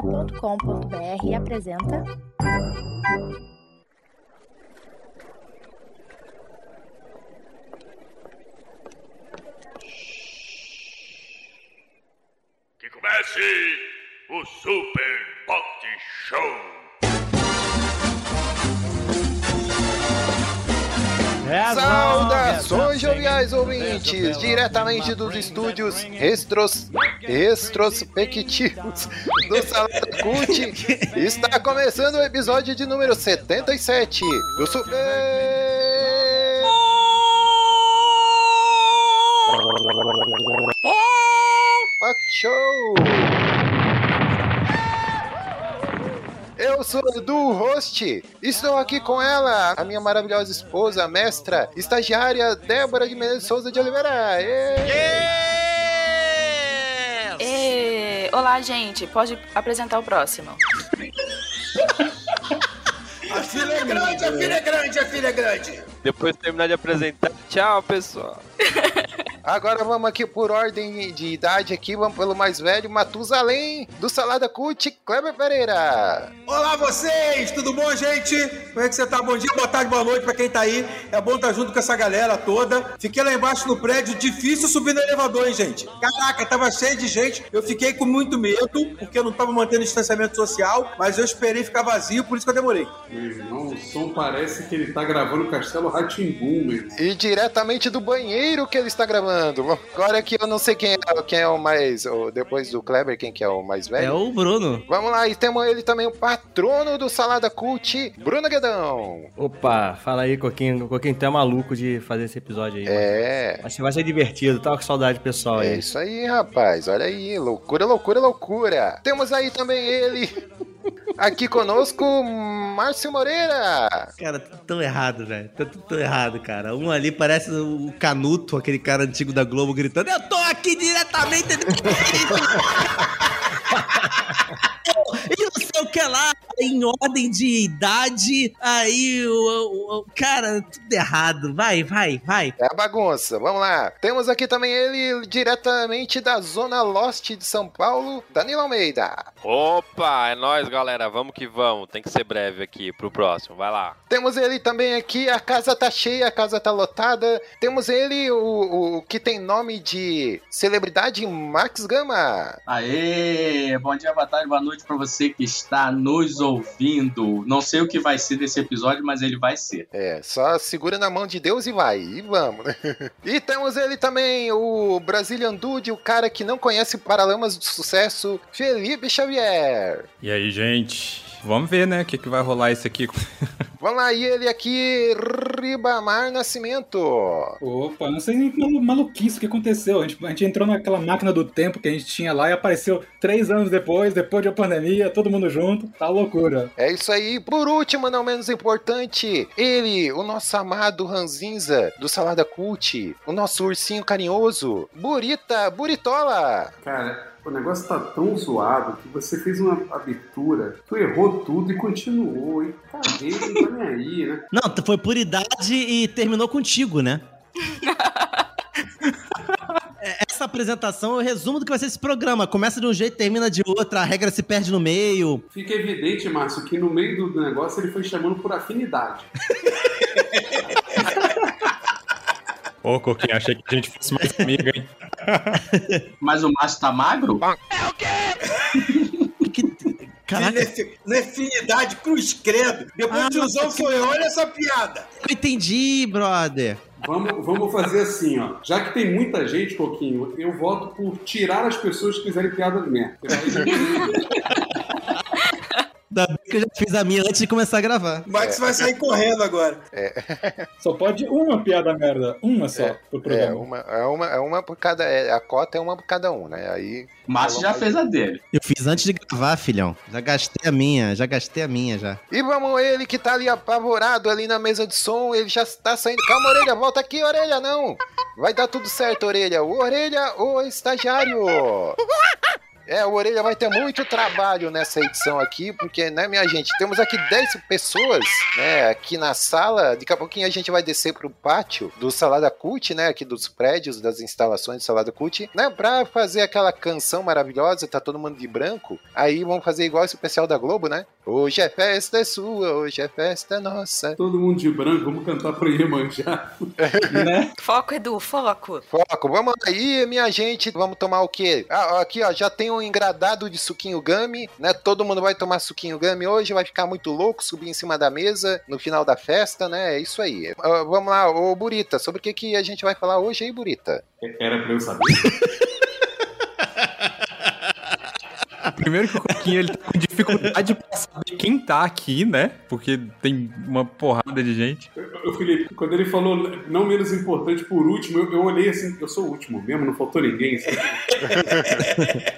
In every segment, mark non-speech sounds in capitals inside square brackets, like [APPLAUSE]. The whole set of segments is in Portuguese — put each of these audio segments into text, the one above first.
Saladacult.com.br apresenta Que comece o Super Pot Show! Saudações joviais ouvintes, diretamente dos estúdios retros, retrospectivos [LAUGHS] do Salada Cult, está começando o episódio de número 77 do Super... Fuck Show! Eu sou o Edu Host, estou aqui com ela, a minha maravilhosa esposa, mestra, estagiária Débora de Menezes Souza de Oliveira. Ê! Ê, Olá, gente. Pode apresentar o próximo. A filha é grande, a filha é grande, a filha é grande. Depois de terminar de apresentar, tchau, pessoal. Agora vamos aqui por ordem de idade aqui, vamos pelo mais velho, Matusalém, do Salada Cult, Kleber Pereira. Olá vocês, tudo bom, gente? Como é que você tá? Bom dia, boa tarde, boa noite pra quem tá aí. É bom estar junto com essa galera toda. Fiquei lá embaixo no prédio, difícil subir no elevador, hein, gente? Caraca, tava cheio de gente. Eu fiquei com muito medo, porque eu não tava mantendo distanciamento social, mas eu esperei ficar vazio, por isso que eu demorei. Meu irmão, o som parece que ele tá gravando o Castelo Ratimbum, meu irmão. E diretamente do banheiro que ele está gravando. Vamos- Agora que eu não sei quem é, quem é o mais. o- depois do Kleber, quem que é o mais velho. É o Bruno. Vamos lá, e temos ele também, o patrono do Salada Cult, Bruno Guedão. Opa, fala aí, Coquinho. Coquinho, tu é maluco de fazer esse episódio aí. É. Acho que vai ser divertido, tá tava com saudade do pessoal É aí. isso aí, rapaz. Olha aí. Loucura, loucura, loucura. Temos aí [LAUGHS] também ele. Aqui conosco, Márcio Moreira. Cara, tá tão errado, velho. Tá tudo tão errado, cara. Um ali parece o Canuto, aquele cara antigo da Globo, gritando: Eu tô aqui [LAUGHS] diretamente. do Corinthians." E não sei o que é lá, em ordem de idade, aí o, o- o- cara, tudo errado. Vai, vai, vai. É a bagunça. Vamos lá. Temos aqui também ele, diretamente da Zona Lost de São Paulo, Danilo Almeida. Opa, é nóis, galera. Vamos que vamos. Tem que ser breve aqui pro próximo. Vai lá. Temos ele também aqui, a casa tá cheia, a casa tá lotada. Temos ele, o, o- o que tem nome de celebridade, Max Gama. Aê! Bom dia, boa tarde, boa noite pra você que está nos ouvindo. Não sei o que vai ser desse episódio, mas ele vai ser. É, só segura na mão de Deus e vai, e vamos, né? [LAUGHS] E temos ele também, o Brazilian Dude, o cara que não conhece Paralamas do Sucesso, Felipe Xavier. E aí, gente? Vamos ver, né? O que, que vai rolar isso aqui. Vamos lá, e ele aqui, Ribamar Nascimento. Opa, não sei nem pelo maluquice que aconteceu. A gente, a gente entrou naquela máquina do tempo que a gente tinha lá e apareceu três anos depois, depois da pandemia, todo mundo junto. Tá loucura. É isso aí. Por último, não menos importante, ele, o nosso amado Ranzinza, do Salada Cult, o nosso ursinho carinhoso, Burita, Buritola. Cara, o negócio tá tão zoado que você fez uma abertura, tu errou tudo e continuou, e caguei, não tá nem [LAUGHS] aí, né? Não, foi por idade e terminou contigo, né? É, Essa apresentação é o resumo do que vai ser esse programa. Começa de um jeito, termina de outro, a regra se perde no meio. Fica evidente, Márcio, que no meio do negócio ele foi chamando por afinidade. Ô, Coquinho, achei que a gente fosse mais amiga, hein? Mas o Márcio tá magro? É Caraca, Inefi- Inefinidade, é cruz credo. Depois Ah, de [LAUGHS] usar foi, olha essa piada. eu entendi, brother. Vamos, vamos fazer assim, ó. Já que tem muita gente, Coquinho, eu voto por tirar as pessoas que fizerem piada de merda. Ainda bem que eu já fiz a minha antes de começar a gravar. O Max vai sair correndo É, agora. [LAUGHS] Só pode uma piada merda, uma só, pro É programa. uma, é, uma, é uma por cada. é, a cota é uma por cada um, né? Aí O Márcio já fez a dele. Eu fiz antes de gravar, filhão. Já gastei a minha, já gastei a minha já. E vamos ele que tá ali apavorado ali na mesa de som, ele já tá saindo. Calma, orelha, volta aqui, orelha, não! Vai dar tudo certo, orelha. O orelha, o estagiário! É, o Orelha vai ter muito trabalho nessa edição aqui, porque, né, minha gente, temos aqui 10 pessoas, né, aqui na sala. Daqui a pouquinho a gente vai descer pro pátio do Salada Cult, né, aqui dos prédios, das instalações do Salada Cult, né, pra fazer aquela canção maravilhosa, tá todo mundo de branco. Aí vamos fazer igual esse especial da Globo, né? Hoje é festa é sua, hoje é festa nossa. Todo mundo de branco, vamos cantar [LAUGHS] pro Iemanjá. Né? Foco, Edu, foco. Foco, vamos aí, minha gente. Vamos tomar o quê? Ah, ó, aqui, ó, já tem um engradado de suquinho gummy, né? Todo mundo vai tomar suquinho gummy hoje, vai ficar muito louco, subir em cima da mesa no final da festa, né? É isso aí. Ah, vamos lá, ô Burita, sobre o que, que a gente vai falar hoje aí, Burita? Era pra eu saber. Primeiro que o Coquinho ele tá com dificuldade pra saber quem tá aqui, né? Porque tem uma porrada de gente. Ô, Felipe, quando ele falou não menos importante por último, eu, eu olhei assim, eu sou o último mesmo, não faltou ninguém. assim. sabe?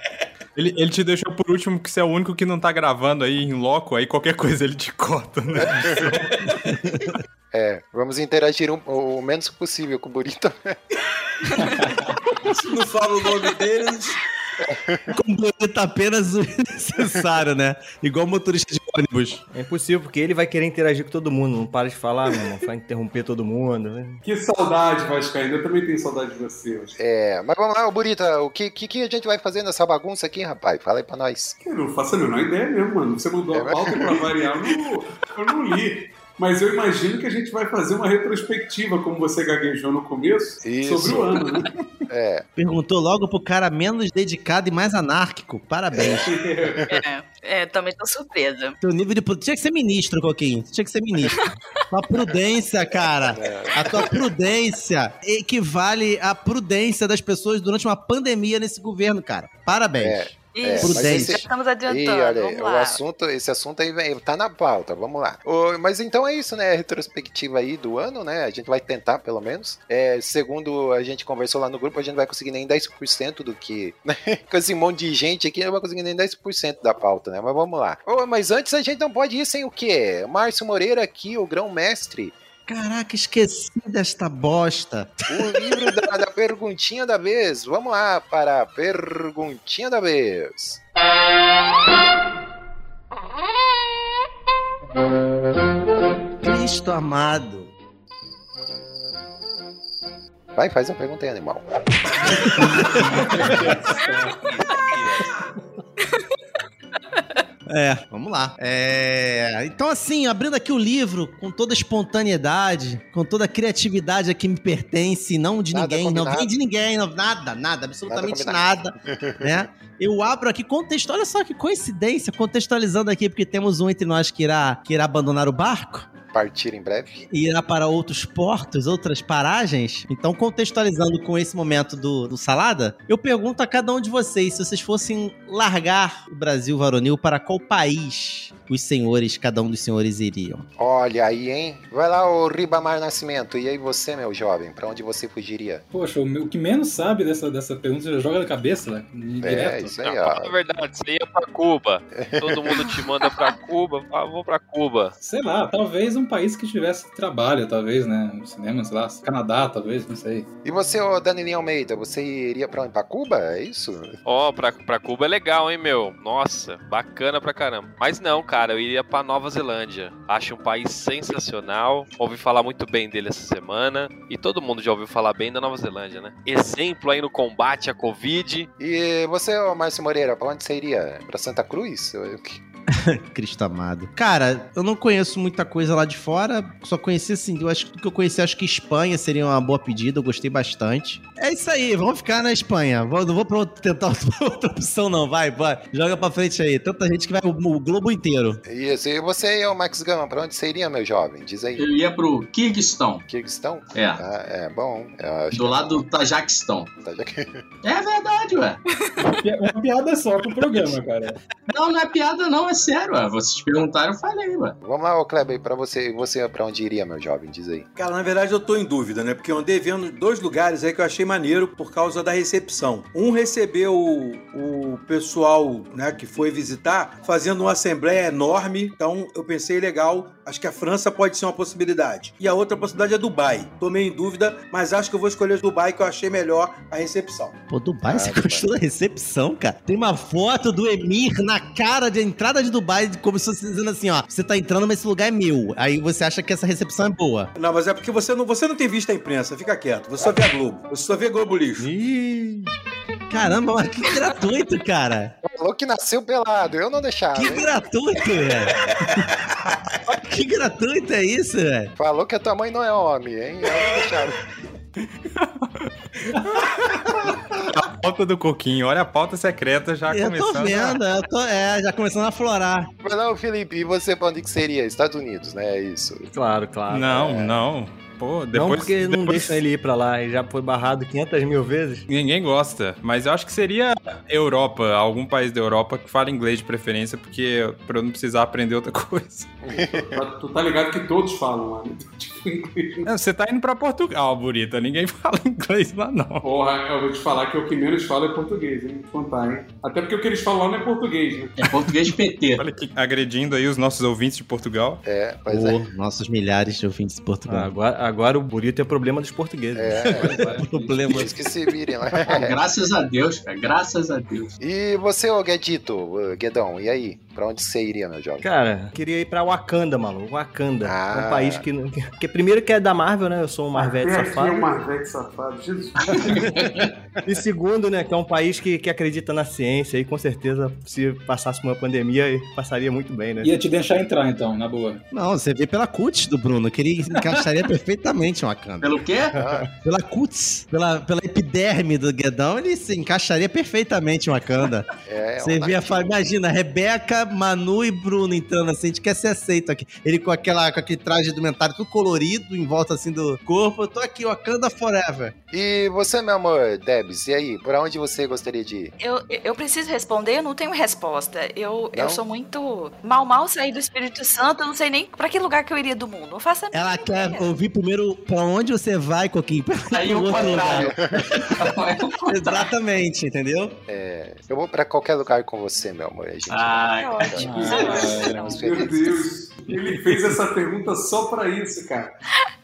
Ele, ele te deixou por último, que você é o único que não tá gravando aí em loco, aí qualquer coisa ele te corta, né? [LAUGHS] É, vamos interagir um- o menos possível com o Burita. Não fala o nome deles. Complementa tá apenas [LAUGHS] o necessário, né? Igual motorista de ônibus. É impossível, porque ele vai querer interagir com todo mundo. Não para de falar, meu irmão. Vai interromper todo mundo. né? Que saudade, Vascaíno. Eu também tenho saudade de você. Vascaíno. É, mas vamos lá, ô Burita, o que, que, que a gente vai fazer nessa bagunça aqui, rapaz? Fala aí pra nós. Eu não faço a menor ideia mesmo, mano. Você É mandou a pauta pra variar, eu não, eu não li. Mas eu imagino que a gente vai fazer uma retrospectiva, como você gaguejou no começo, Isso. sobre o ano, né? É. Perguntou logo pro cara menos dedicado e mais anárquico. [LAUGHS] Parabéns. É, também tô surpresa. Teu nível de. pro- Tinha que ser ministro, Coquinho. Tinha que ser ministro. Tua prudência, cara. A tua prudência equivale à prudência das pessoas durante uma pandemia nesse governo, cara. Parabéns. É, mas prudência. esse- tá Ih, olha aí, o assunto, esse assunto aí vem, tá na pauta, vamos lá. Ô, mas então é isso, né? A retrospectiva aí do ano, né? A gente vai tentar, pelo menos. É, segundo a gente conversou lá no grupo, a gente não vai conseguir nem 10% do que. Né? [LAUGHS] Com esse monte de gente aqui, não vai conseguir nem 10% da pauta, né? Mas vamos lá. Ô, mas antes a gente não pode ir sem o quê? Márcio Moreira aqui, o grão-mestre. Caraca, esqueci desta [LAUGHS] bosta. O livro da, da perguntinha da vez. Vamos lá para a perguntinha da vez. Cristo amado. Vai, faz a pergunta aí, animal. É, vamos lá. É, então, assim, abrindo aqui o livro com toda a espontaneidade, com toda a criatividade a que me pertence, não de ninguém, não combinado. vem de ninguém, não- nada, nada, absolutamente Nada nada. combinado. né? Eu abro aqui contexto. Olha só que coincidência, contextualizando aqui, porque temos um entre nós que irá, que irá abandonar o barco. Partir em breve. E irá para outros portos, outras paragens. Então, contextualizando com esse momento do, do Salada, eu pergunto a cada um de vocês: se vocês fossem largar o Brasil varonil, para qual país os senhores, cada um dos senhores, iriam? Olha aí, hein? Vai lá, o Ribamar Nascimento. E aí você, meu jovem, pra onde você fugiria? Poxa, o meu- o que menos sabe dessa, dessa pergunta já joga na cabeça, né? É, Direto. isso aí, Na verdade, você ia pra Cuba. Todo mundo te manda pra Cuba. Ah, vou pra Cuba. Sei lá, talvez um país que tivesse trabalho, talvez, né? Cinema, sei lá, Canadá, talvez, não sei. E você, ô Danilinho Almeida, você iria pra onde? Pra Cuba? É isso? Ó, pra, pra Cuba é legal, hein, meu? Nossa, bacana pra caramba. Mas não, cara, eu iria pra Nova Zelândia. Acho um país sensacional. Ouvi falar muito bem dele essa semana. E todo mundo já ouviu falar bem da Nova Zelândia, né? Exemplo aí no combate à Covid. E você, ô Márcio Moreira, pra onde você iria? Pra Santa Cruz? Eu- eu- Cristo amado. Cara, eu não conheço muita coisa lá de fora, só conheci assim, eu acho que do que eu conheci, acho que Espanha seria uma boa pedida, eu gostei bastante. É isso aí, vamos ficar na Espanha. Vou- não vou pra outro- tentar [LAUGHS] outra opção, não. Vai, vai. Joga pra frente aí. Tanta gente que vai o, o globo inteiro. Isso. E você, ô Max Gama, pra onde você iria, meu jovem? Diz aí. Eu ia pro Kirguistão. Kirguistão? É. Ah, é bom. Do lado do Tajaquistão. [LAUGHS] É verdade, ué. Uma piada só pro programa, cara. Não, não é piada, não, é sincero, ó. vocês perguntaram, eu falei, mano. Vamos lá, ô Kleber, pra você, você pra onde iria, meu jovem? Diz aí. Cara, na verdade eu tô em dúvida, né? Porque eu andei vendo dois lugares aí que eu achei maneiro por causa da recepção. Um recebeu o, o pessoal, né, que foi visitar, fazendo uma assembleia enorme. Então eu pensei, legal, acho que a França pode ser uma possibilidade. E a outra possibilidade é Dubai. Tô meio em dúvida, mas acho que eu vou escolher Dubai, que eu achei melhor a recepção. Pô, Dubai, você gostou da recepção, cara? Tem uma foto do Emir na cara de entrada de Dubai, como se fosse dizendo assim, ó, você tá entrando, mas esse lugar é meu. Aí você acha que essa recepção é boa. Não, mas é porque você não, você não tem visto a imprensa, fica quieto. Você só vê a Globo. Você só vê Globo Lixo. Caramba, mas que gratuito, cara. Falou que nasceu pelado, eu não deixava. Que gratuito, [LAUGHS] velho. que gratuito é isso, velho? Falou que a tua mãe não é homem, hein? Eu não deixava. A pauta do Coquinho, olha a pauta secreta já Eu começando. tô a- vendo, eu tô, é, já começando a florar. Mas não, Felipe, e você pra onde que seria? Estados Unidos, né? É isso. Claro, claro. Não, não. Pô, depois, É. não porque não depois- deixam ele ir pra lá, ele já foi barrado 500 mil vezes. Ninguém gosta, mas eu acho que seria Europa, algum país da Europa que fala inglês de preferência, porque pra eu não precisar aprender outra [LAUGHS] coisa. Tá- Tu tá ligado que todos falam lá, né? Tipo, inglês. Não, você tá indo pra Portugal, bonita, ninguém fala [LAUGHS] inglês lá não. Porra, eu vou te falar que o que menos fala é português, hein? Vou te contar, hein? Até porque o que eles falam lá não é português, né? É português PT. Olha que agredindo aí os nossos ouvintes de Portugal. É, pois Pô, Nossos milhares de ouvintes de Portugal. agora, agora o Burito é problema dos portugueses. [LAUGHS] É. problema. Diz que se virem lá. [LAUGHS] Graças a Deus, cara. Graças a Deus. E você, ô Guedito, ô, Guedão, e aí? Pra onde você iria, meu jovem? Cara, queria ir pra Wakanda, maluco. Wakanda. Ah. É um país que. não- Porque primeiro que é da Marvel, né? Eu sou um Marvel Vem aqui safado. o Marvete safado, Jesus. Ah, E segundo, né, que é um país que, que acredita na ciência e com certeza se passasse uma pandemia passaria muito bem, né? Ia te deixar entrar, então, na boa. Não, você vê pela cutis do Bruno, que ele [LAUGHS] encaixaria perfeitamente uma câmera. Ah. Pelo quê? Pela cutis, pela, pela epiderme do Guedão, ele se encaixaria perfeitamente uma canda. É, Você vê a família, imagina, Rebeca, Manu e Bruno entrando assim, a gente quer ser aceito aqui. Ele com, aquela, com aquele traje do mentário tudo colorido em volta assim do corpo, eu tô aqui, Wakanda Forever. E você, meu amor, Debs, e aí? Pra onde você gostaria de [LAUGHS] ir? Eu, eu preciso responder, eu não tenho resposta. Eu, eu Não? sou muito. Mal, mal saí do Espírito Santo, eu não sei nem pra que lugar que eu iria do mundo. Não faça Ela quer ouvir primeiro pra onde você vai, Coquinho, [LAUGHS] pra É. Aí pro o contrário. Exatamente, entendeu? É, eu vou pra qualquer lugar com você, meu amor. A gente Ai, vai- ótimo. Seremos Meu felizes. Deus. Ele fez essa pergunta só pra isso, cara.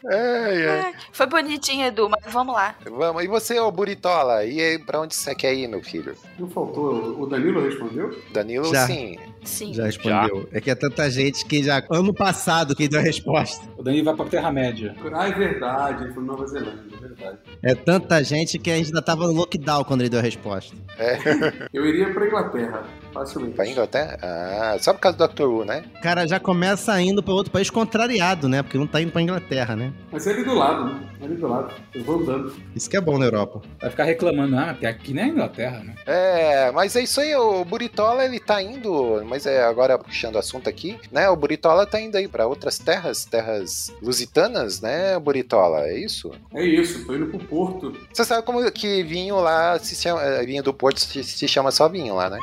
Ai, ai. Foi bonitinho, Edu, mas vamos lá. Vamos, e você, ô Buritola, e aí, pra onde você quer ir, meu filho? Não faltou. O Danilo respondeu? Danilo, Já. sim. Sim. Já respondeu. É que é tanta gente que já. Ano passado que deu a resposta. O Danilo vai pra Terra-média. Ah, é verdade. Ele foi Nova Zelândia, é verdade. É tanta gente que a gente ainda tava no lockdown quando ele deu a resposta. É. [LAUGHS] Eu iria pra Inglaterra, facilmente. Pra Inglaterra? Ah, só por causa do Dr. Who, né? O cara já começa indo pra outro país contrariado, né? Porque não tá indo pra Inglaterra, né? Mas é ali do lado, né? É ali do lado. Eu vou andando. Isso que é bom na Europa. Vai ficar reclamando, ah, até aqui não é Inglaterra, né? É, mas é isso aí, o Buritola ele tá indo, mas é agora puxando o assunto aqui, né? O Buritola tá indo aí pra outras terras, terras lusitanas, né, Buritola? É isso? É isso, tô indo pro Porto. Você sabe como que vinho lá se chama, eh, vinho do Porto se, se chama só vinho lá, né?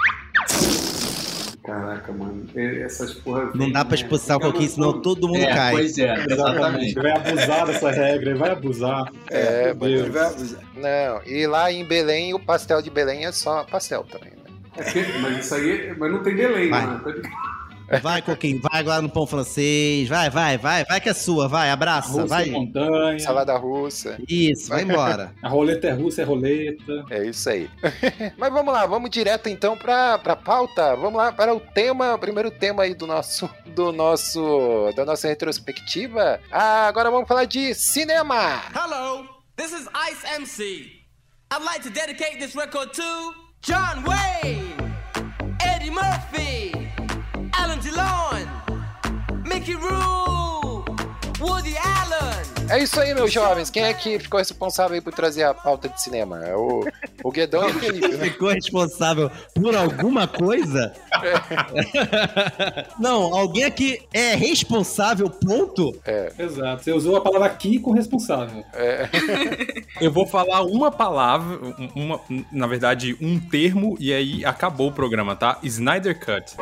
Caraca, mano. É- Essas porra. Não dá pra expulsar o Coquinho, senão todo mundo É, cai. pois é, exatamente. Ele vai abusar dessa regra, ele vai abusar. [LAUGHS] É, Meu Deus. mano. Não, e lá em Belém, o pastel de Belém é só pastel também, né? É que- mas isso aí. é- Mas não tem delay, Vai. mano. Tá ligado? Vai, Coquinho, vai lá no pão francês. Vai, vai, vai, vai que é sua, vai, abraça, Russa é vai. montanha. Salada russa. Isso, vai embora. [LAUGHS] A roleta é russa, é roleta. É isso aí. Mas vamos lá, vamos direto então pra, pra pauta. Vamos lá para o tema, o primeiro tema aí do nosso, do nosso, da nossa retrospectiva. Ah, agora vamos falar de cinema. Hello, this is Ice MC. I'd like to dedicate this record to John Wayne, Eddie Murphy, Alan Delon, Mickey Rool, Woody Allen. É isso aí, meus jovens. Quem é que ficou responsável aí por trazer a pauta de cinema? É o, o Guedão e o Felipe, [LAUGHS] né? Ficou responsável por alguma coisa? Não, alguém aqui é responsável, ponto? É. Exato. Você usou a palavra aqui com responsável. [LAUGHS] Eu vou falar uma palavra, um- uma, na verdade, um termo, e aí acabou o programa, tá? Snyder Cut.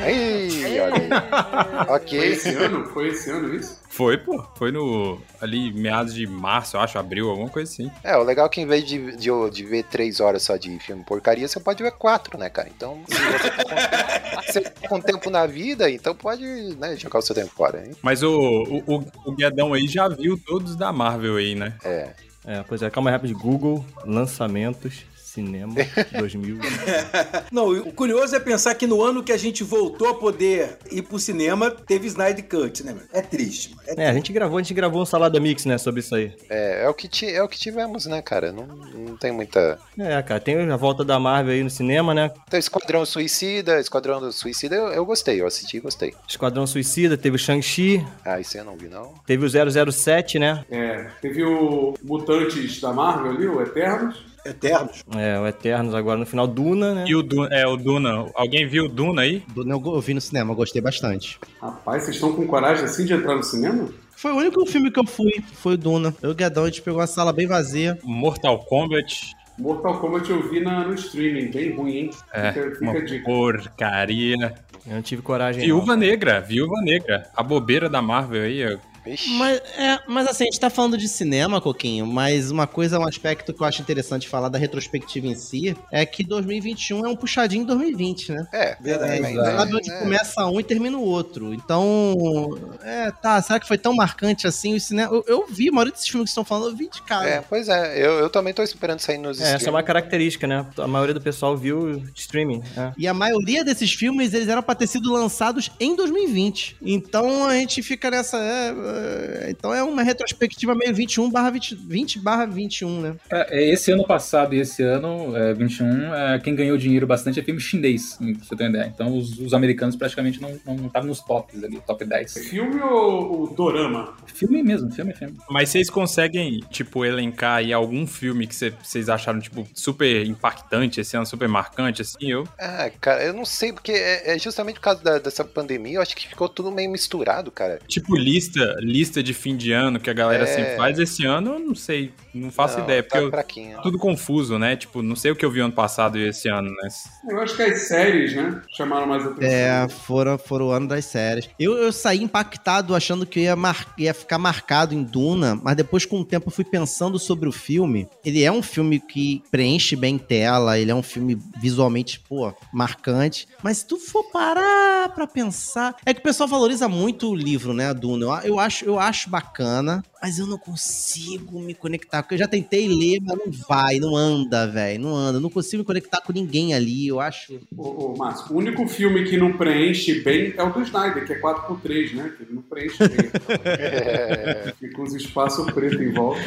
Aí, olha aí. Foi ok. esse ano? Foi esse ano isso? Foi, pô. Foi no. Ali, meados de março, eu acho, abril, alguma coisa assim. É, o legal é que em vez de, de, de ver três horas só de filme porcaria, você pode ver quatro, né, cara? Então, se você tá com, [LAUGHS] se você tá com tempo na vida, então pode né, jogar o seu tempo fora. Hein? Mas o, o, o, o Guiadão aí já viu todos da Marvel aí, né? É. É, pois é, calma aí rápido. Google, lançamentos, [LAUGHS] cinema, 2000. [LAUGHS] Não, o curioso é pensar que no ano que a gente voltou a poder ir pro cinema, teve Snyder Cut, né, mano? É triste, mano. É, a gente gravou, a gente gravou um Salada Mix, né, sobre isso aí. É, é o que, ti- é o que tivemos, né, cara? Não, não tem muita. É, cara, tem a volta da Marvel aí no cinema, né? Então, Esquadrão Suicida, Esquadrão do Suicida, eu, eu gostei, eu assisti e gostei. Esquadrão Suicida, teve o Shang-Chi, Ah, isso eu não vi, não. teve o 007, né? É, teve o Mutantes da Marvel ali, o Eternos. Eternos? É, o Eternos agora no final, Duna, né? E o Duna, é, o Duna. Alguém viu o Duna aí? Duna eu go- eu vi no cinema, eu gostei bastante. Rapaz, vocês estão com coragem assim de entrar no cinema? Foi o único filme que eu fui, foi o Duna. Eu e o Guedão, a gente pegou uma sala bem vazia. Mortal Kombat. Mortal Kombat eu vi na- no streaming, bem ruim, hein? É, fica fica uma a dica. porcaria. Eu não tive coragem. Viúva Negra, Viúva Negra. A bobeira da Marvel aí. ó. Mas, é, mas assim, a gente tá falando de cinema, Coquinho, mas uma coisa, um aspecto que eu acho interessante falar da retrospectiva em si, é que 2021 é um puxadinho em 2020, né? É, É, verdade. sabe onde começa um e termina o outro. Então, é, tá, será que foi tão marcante assim o cinema? Eu, eu vi, a maioria desses filmes que estão falando, eu vi de casa. É, pois é, eu, eu também tô esperando sair nos É, essa é streaming. uma característica, né? A maioria do pessoal viu streaming. É. E a maioria desses filmes, eles eram pra ter sido lançados em 2020. Então a gente fica nessa. é, é, então é uma retrospectiva meio 21 barra 20, 20 barra 21, né? É, é, esse ano passado e esse ano, é, 21, é, quem ganhou dinheiro bastante é filme chinês, pra você ter uma ideia. Então os, os americanos praticamente não estavam não, estavam nos tops ali, top 10. Filme ou ou dorama? Filme mesmo, filme, filme. Mas vocês conseguem, tipo, elencar aí algum filme que cê- vocês acharam, tipo, super impactante esse ano, super marcante, assim? Eu. Ah, cara, eu não sei, porque é, é justamente por causa da- dessa pandemia, eu acho que ficou tudo meio misturado, cara. Tipo, lista, lista de fim de ano que a galera É. sempre faz. Esse ano eu não sei, não faço Não, ideia. tá Porque eu- fraquinho. tudo confuso, né? Tipo, não sei o que eu vi ano passado e esse ano, né? Eu acho que as séries, né? Chamaram mais atenção. É, foram, foram o ano das séries. Eu, eu saí impactado achando que eu ia, mar- ia ficar marcado em Duna, mas depois, com o tempo, eu fui pensando sobre o filme. Ele é um filme que preenche bem tela, ele é um filme visualmente, pô, marcante. Mas se tu for parar pra pensar. É que o pessoal valoriza muito o livro, né, a Duna? Eu, a- eu acho, eu acho bacana, mas eu não consigo me conectar. Porque eu já tentei ler, mas não vai, não anda, velho. Não anda. Eu não consigo me conectar com ninguém ali, eu acho. Ô, ô, Márcio, o único filme que não preenche bem é o do Snyder, que é 4x3, né? Que ele não preenche bem. então. É. Fica uns espaços preto em volta.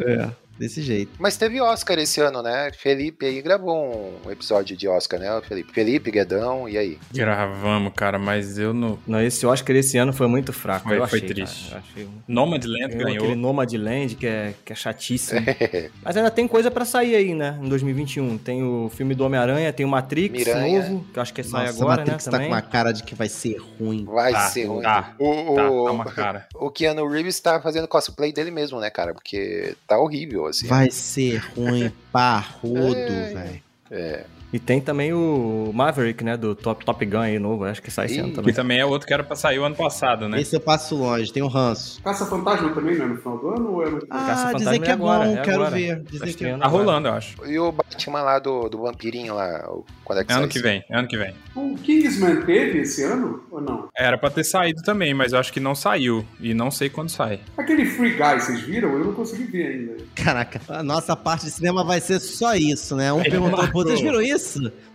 É, desse jeito. Mas teve Oscar esse ano, né? Felipe aí gravou um episódio de Oscar, né, Felipe? Felipe, Guedão, e aí? Gravamos, cara, mas eu não. Não, esse Oscar esse ano foi muito fraco. Foi, eu foi achei, triste. Cara, eu achei... Nomadland Ganhou ganhou. aquele Nomadland que é, que é [LAUGHS] chatíssimo. Mas ainda tem coisa pra sair aí, né? Em 2021. Tem o filme do Homem-Aranha, tem o Matrix Miranha. novo, que eu acho que sai Nossa, agora, Matrix né? tá também. com a cara de que vai ser ruim. Vai Tá, ser ruim. tá, o, o, tá, tá uma cara. o Keanu Reeves tá fazendo cosplay dele mesmo, né, cara? Porque tá horrível, assim. Vai ser ruim, [LAUGHS] parrudo, velho. É. E tem também o Maverick, né? Do Top, Top Gun aí novo, eu acho que sai esse ano Que também. também é outro que era pra sair o ano passado, né? Esse eu passo longe, tem um ranço. Caça-Fantasma também, né? No final do ano ou é no... Ah, dizem que é bom, quero ver. Dizem que é Tá rolando, eu acho. E o Batman lá do, do vampirinho lá, o- quando é que É ano sai que isso? vem, é ano que vem. O Kingsman teve esse ano ou não? Era pra ter saído também, mas eu acho que não saiu. E não sei quando sai. Aquele Free Guy, vocês viram? Eu não consegui ver ainda. Caraca, a nossa parte de cinema vai ser só isso, né? Um perguntou, pô, vocês viram isso?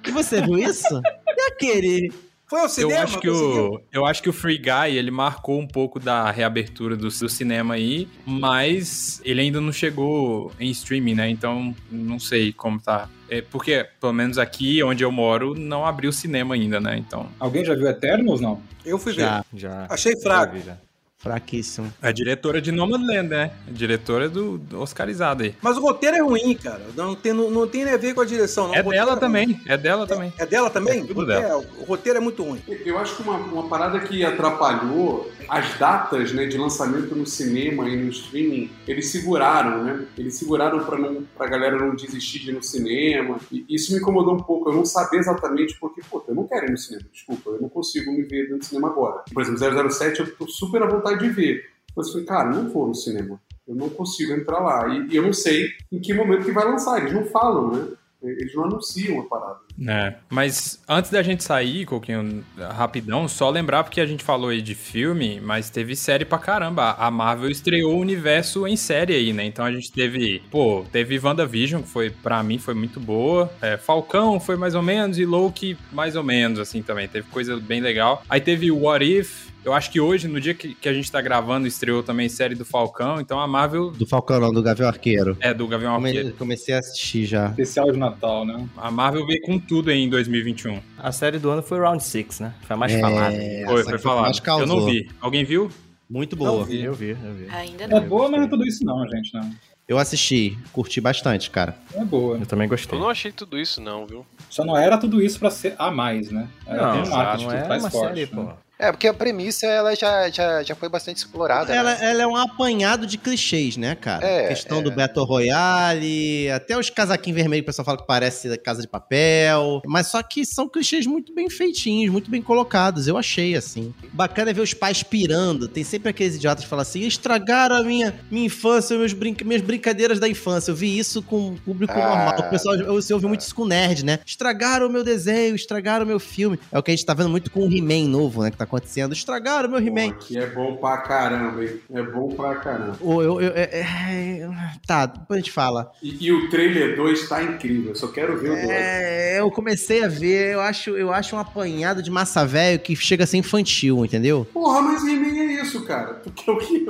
E você viu isso? E aquele? Foi ao Eu cinema? acho, que o, eu acho que o Free Guy, ele marcou um pouco da reabertura do, do cinema aí, mas ele ainda não chegou em streaming, né? Então, não sei como tá. É porque, pelo menos aqui onde eu moro, não abriu cinema ainda, né? Então, Alguém já viu Eternos, não? Eu fui Já, ver. Já. Achei fraco. Fraquíssimo. É diretora de Nomadland, né? É Diretora do, do Oscarizado aí. Mas o roteiro é ruim, cara. Não tem, não, não tem nem a ver com a direção, não. É O roteiro dela também, ruim. é dela também. É dela também? É tudo É, dela. o roteiro é muito ruim. Eu acho que uma, uma parada que atrapalhou as datas né, de lançamento no cinema e no streaming, eles seguraram, né? Eles seguraram pra, não, pra galera não desistir de ir no cinema. E isso me incomodou um pouco, eu não sabia exatamente porque, pô, eu não quero ir no cinema, desculpa, eu não consigo me ver dentro do cinema agora. Por exemplo, 007 eu tô super à vontade de ver. Mas eu falei, cara, eu não vou no cinema. Eu não consigo entrar lá. E, e eu não sei em que momento que vai lançar. Eles não falam, né? Eles não anunciam a parada. É. Mas antes da gente sair, Coquinho, rapidão, só lembrar porque a gente falou aí de filme, mas teve série pra caramba. A Marvel estreou o universo em série aí, né? Então a gente teve, pô, teve WandaVision, que foi, pra mim, foi muito boa. É, Falcão foi mais ou menos, e Loki mais ou menos, assim, também. Teve coisa bem legal. Aí teve o What If... Eu acho que hoje, no dia que, que a gente tá gravando, estreou também série do Falcão, então a Marvel Do Falcão, não, do Gavião Arqueiro. é do Gavião Come- Arqueiro. Comecei a assistir já. Especial de Natal, né? A Marvel veio com tudo aí em 2021. A série do ano foi Round 6, né? Foi a mais É, falada. um. Foi, foi falado. Eu não vi. Alguém viu? Muito boa. Eu vi, eu vi. Eu vi. Ainda É boa, mas não é tudo isso não, gente, não. Eu assisti, curti bastante, cara. É boa. Eu também gostei. Eu não achei tudo isso, não, viu? Só não era tudo isso pra ser a mais, né? Era Não, tem um exato, marketing não que é faz uma forte. série, pô. né? É, porque a premissa ela já, já, já foi bastante explorada. Ela, né? ela é um apanhado de clichês, né, cara? É, questão é. do Battle Royale, até os casaquinhos vermelhos que o pessoal fala que parece casa de papel. Mas só que são clichês muito bem feitinhos, muito bem colocados, eu achei, assim. Bacana é ver os pais pirando. Tem sempre aqueles idiotas que falam assim: estragaram a minha, minha infância, meus brin minhas brincadeiras da infância. Eu vi isso com o público Ah, normal. O pessoal, você ouve muito isso com nerd, né? Estragaram o meu desenho, estragaram o meu filme. É o que a gente tá vendo muito com o He-Man novo, né? Que tá acontecendo. Estragaram o meu He-Man. Que é bom pra caramba, hein? É bom pra caramba. Ô, eu, eu- é- é- é- tá, depois a gente fala. E, e o trailer 2 tá incrível, eu só quero ver o 2. É, eu comecei a ver, eu acho, eu acho um apanhado de massa velho que chega a ser infantil, entendeu? Porra, mas [LAUGHS] He-Man é isso, cara. Tu quer o quê?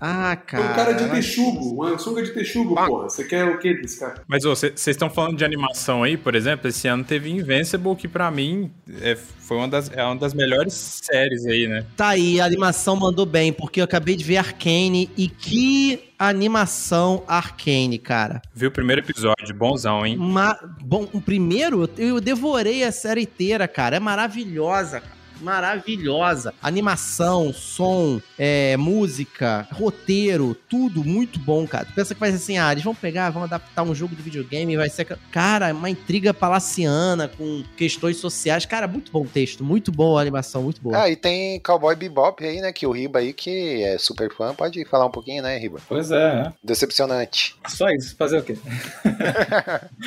Ah, É cara. um cara Ah. de texugo, uma sunga de texugo, porra. Você quer o quê desse cara? Mas ô, cê- vocês estão falando de animação aí, por exemplo, esse ano teve Invincible, que pra mim é, foi uma das, é uma das melhores séries aí, né? Tá aí, a animação mandou bem, porque eu acabei de ver Arcane e que animação Arcane, cara. Viu o primeiro episódio, bonzão, hein? Ma- bom, o primeiro, eu eu devorei a série inteira, cara. É maravilhosa, cara. Maravilhosa. Animação, som, é, música, roteiro, tudo muito bom, cara. Tu pensa que vai ser assim, ah, eles vão pegar, vão adaptar um jogo de videogame, vai ser. ca- Cara, uma intriga palaciana com questões sociais. Cara, muito bom o texto, muito boa a animação, muito boa. [LAUGHS] Ah, e tem Cowboy Bebop aí, né? Que o Riba aí, que é super fã, pode falar um pouquinho, né, Riba? Pois é, né? Decepcionante. Só isso, fazer o quê?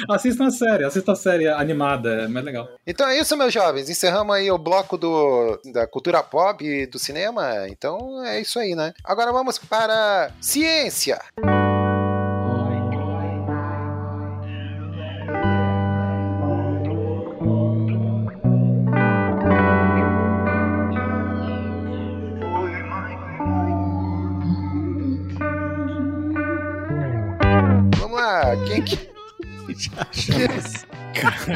assista a série, assista a série animada, é mais legal. Então é isso, meus jovens. Encerramos aí o bloco do, da cultura pop e do cinema. Então é isso aí, né? Agora vamos para ciência. Vamos lá, quem que.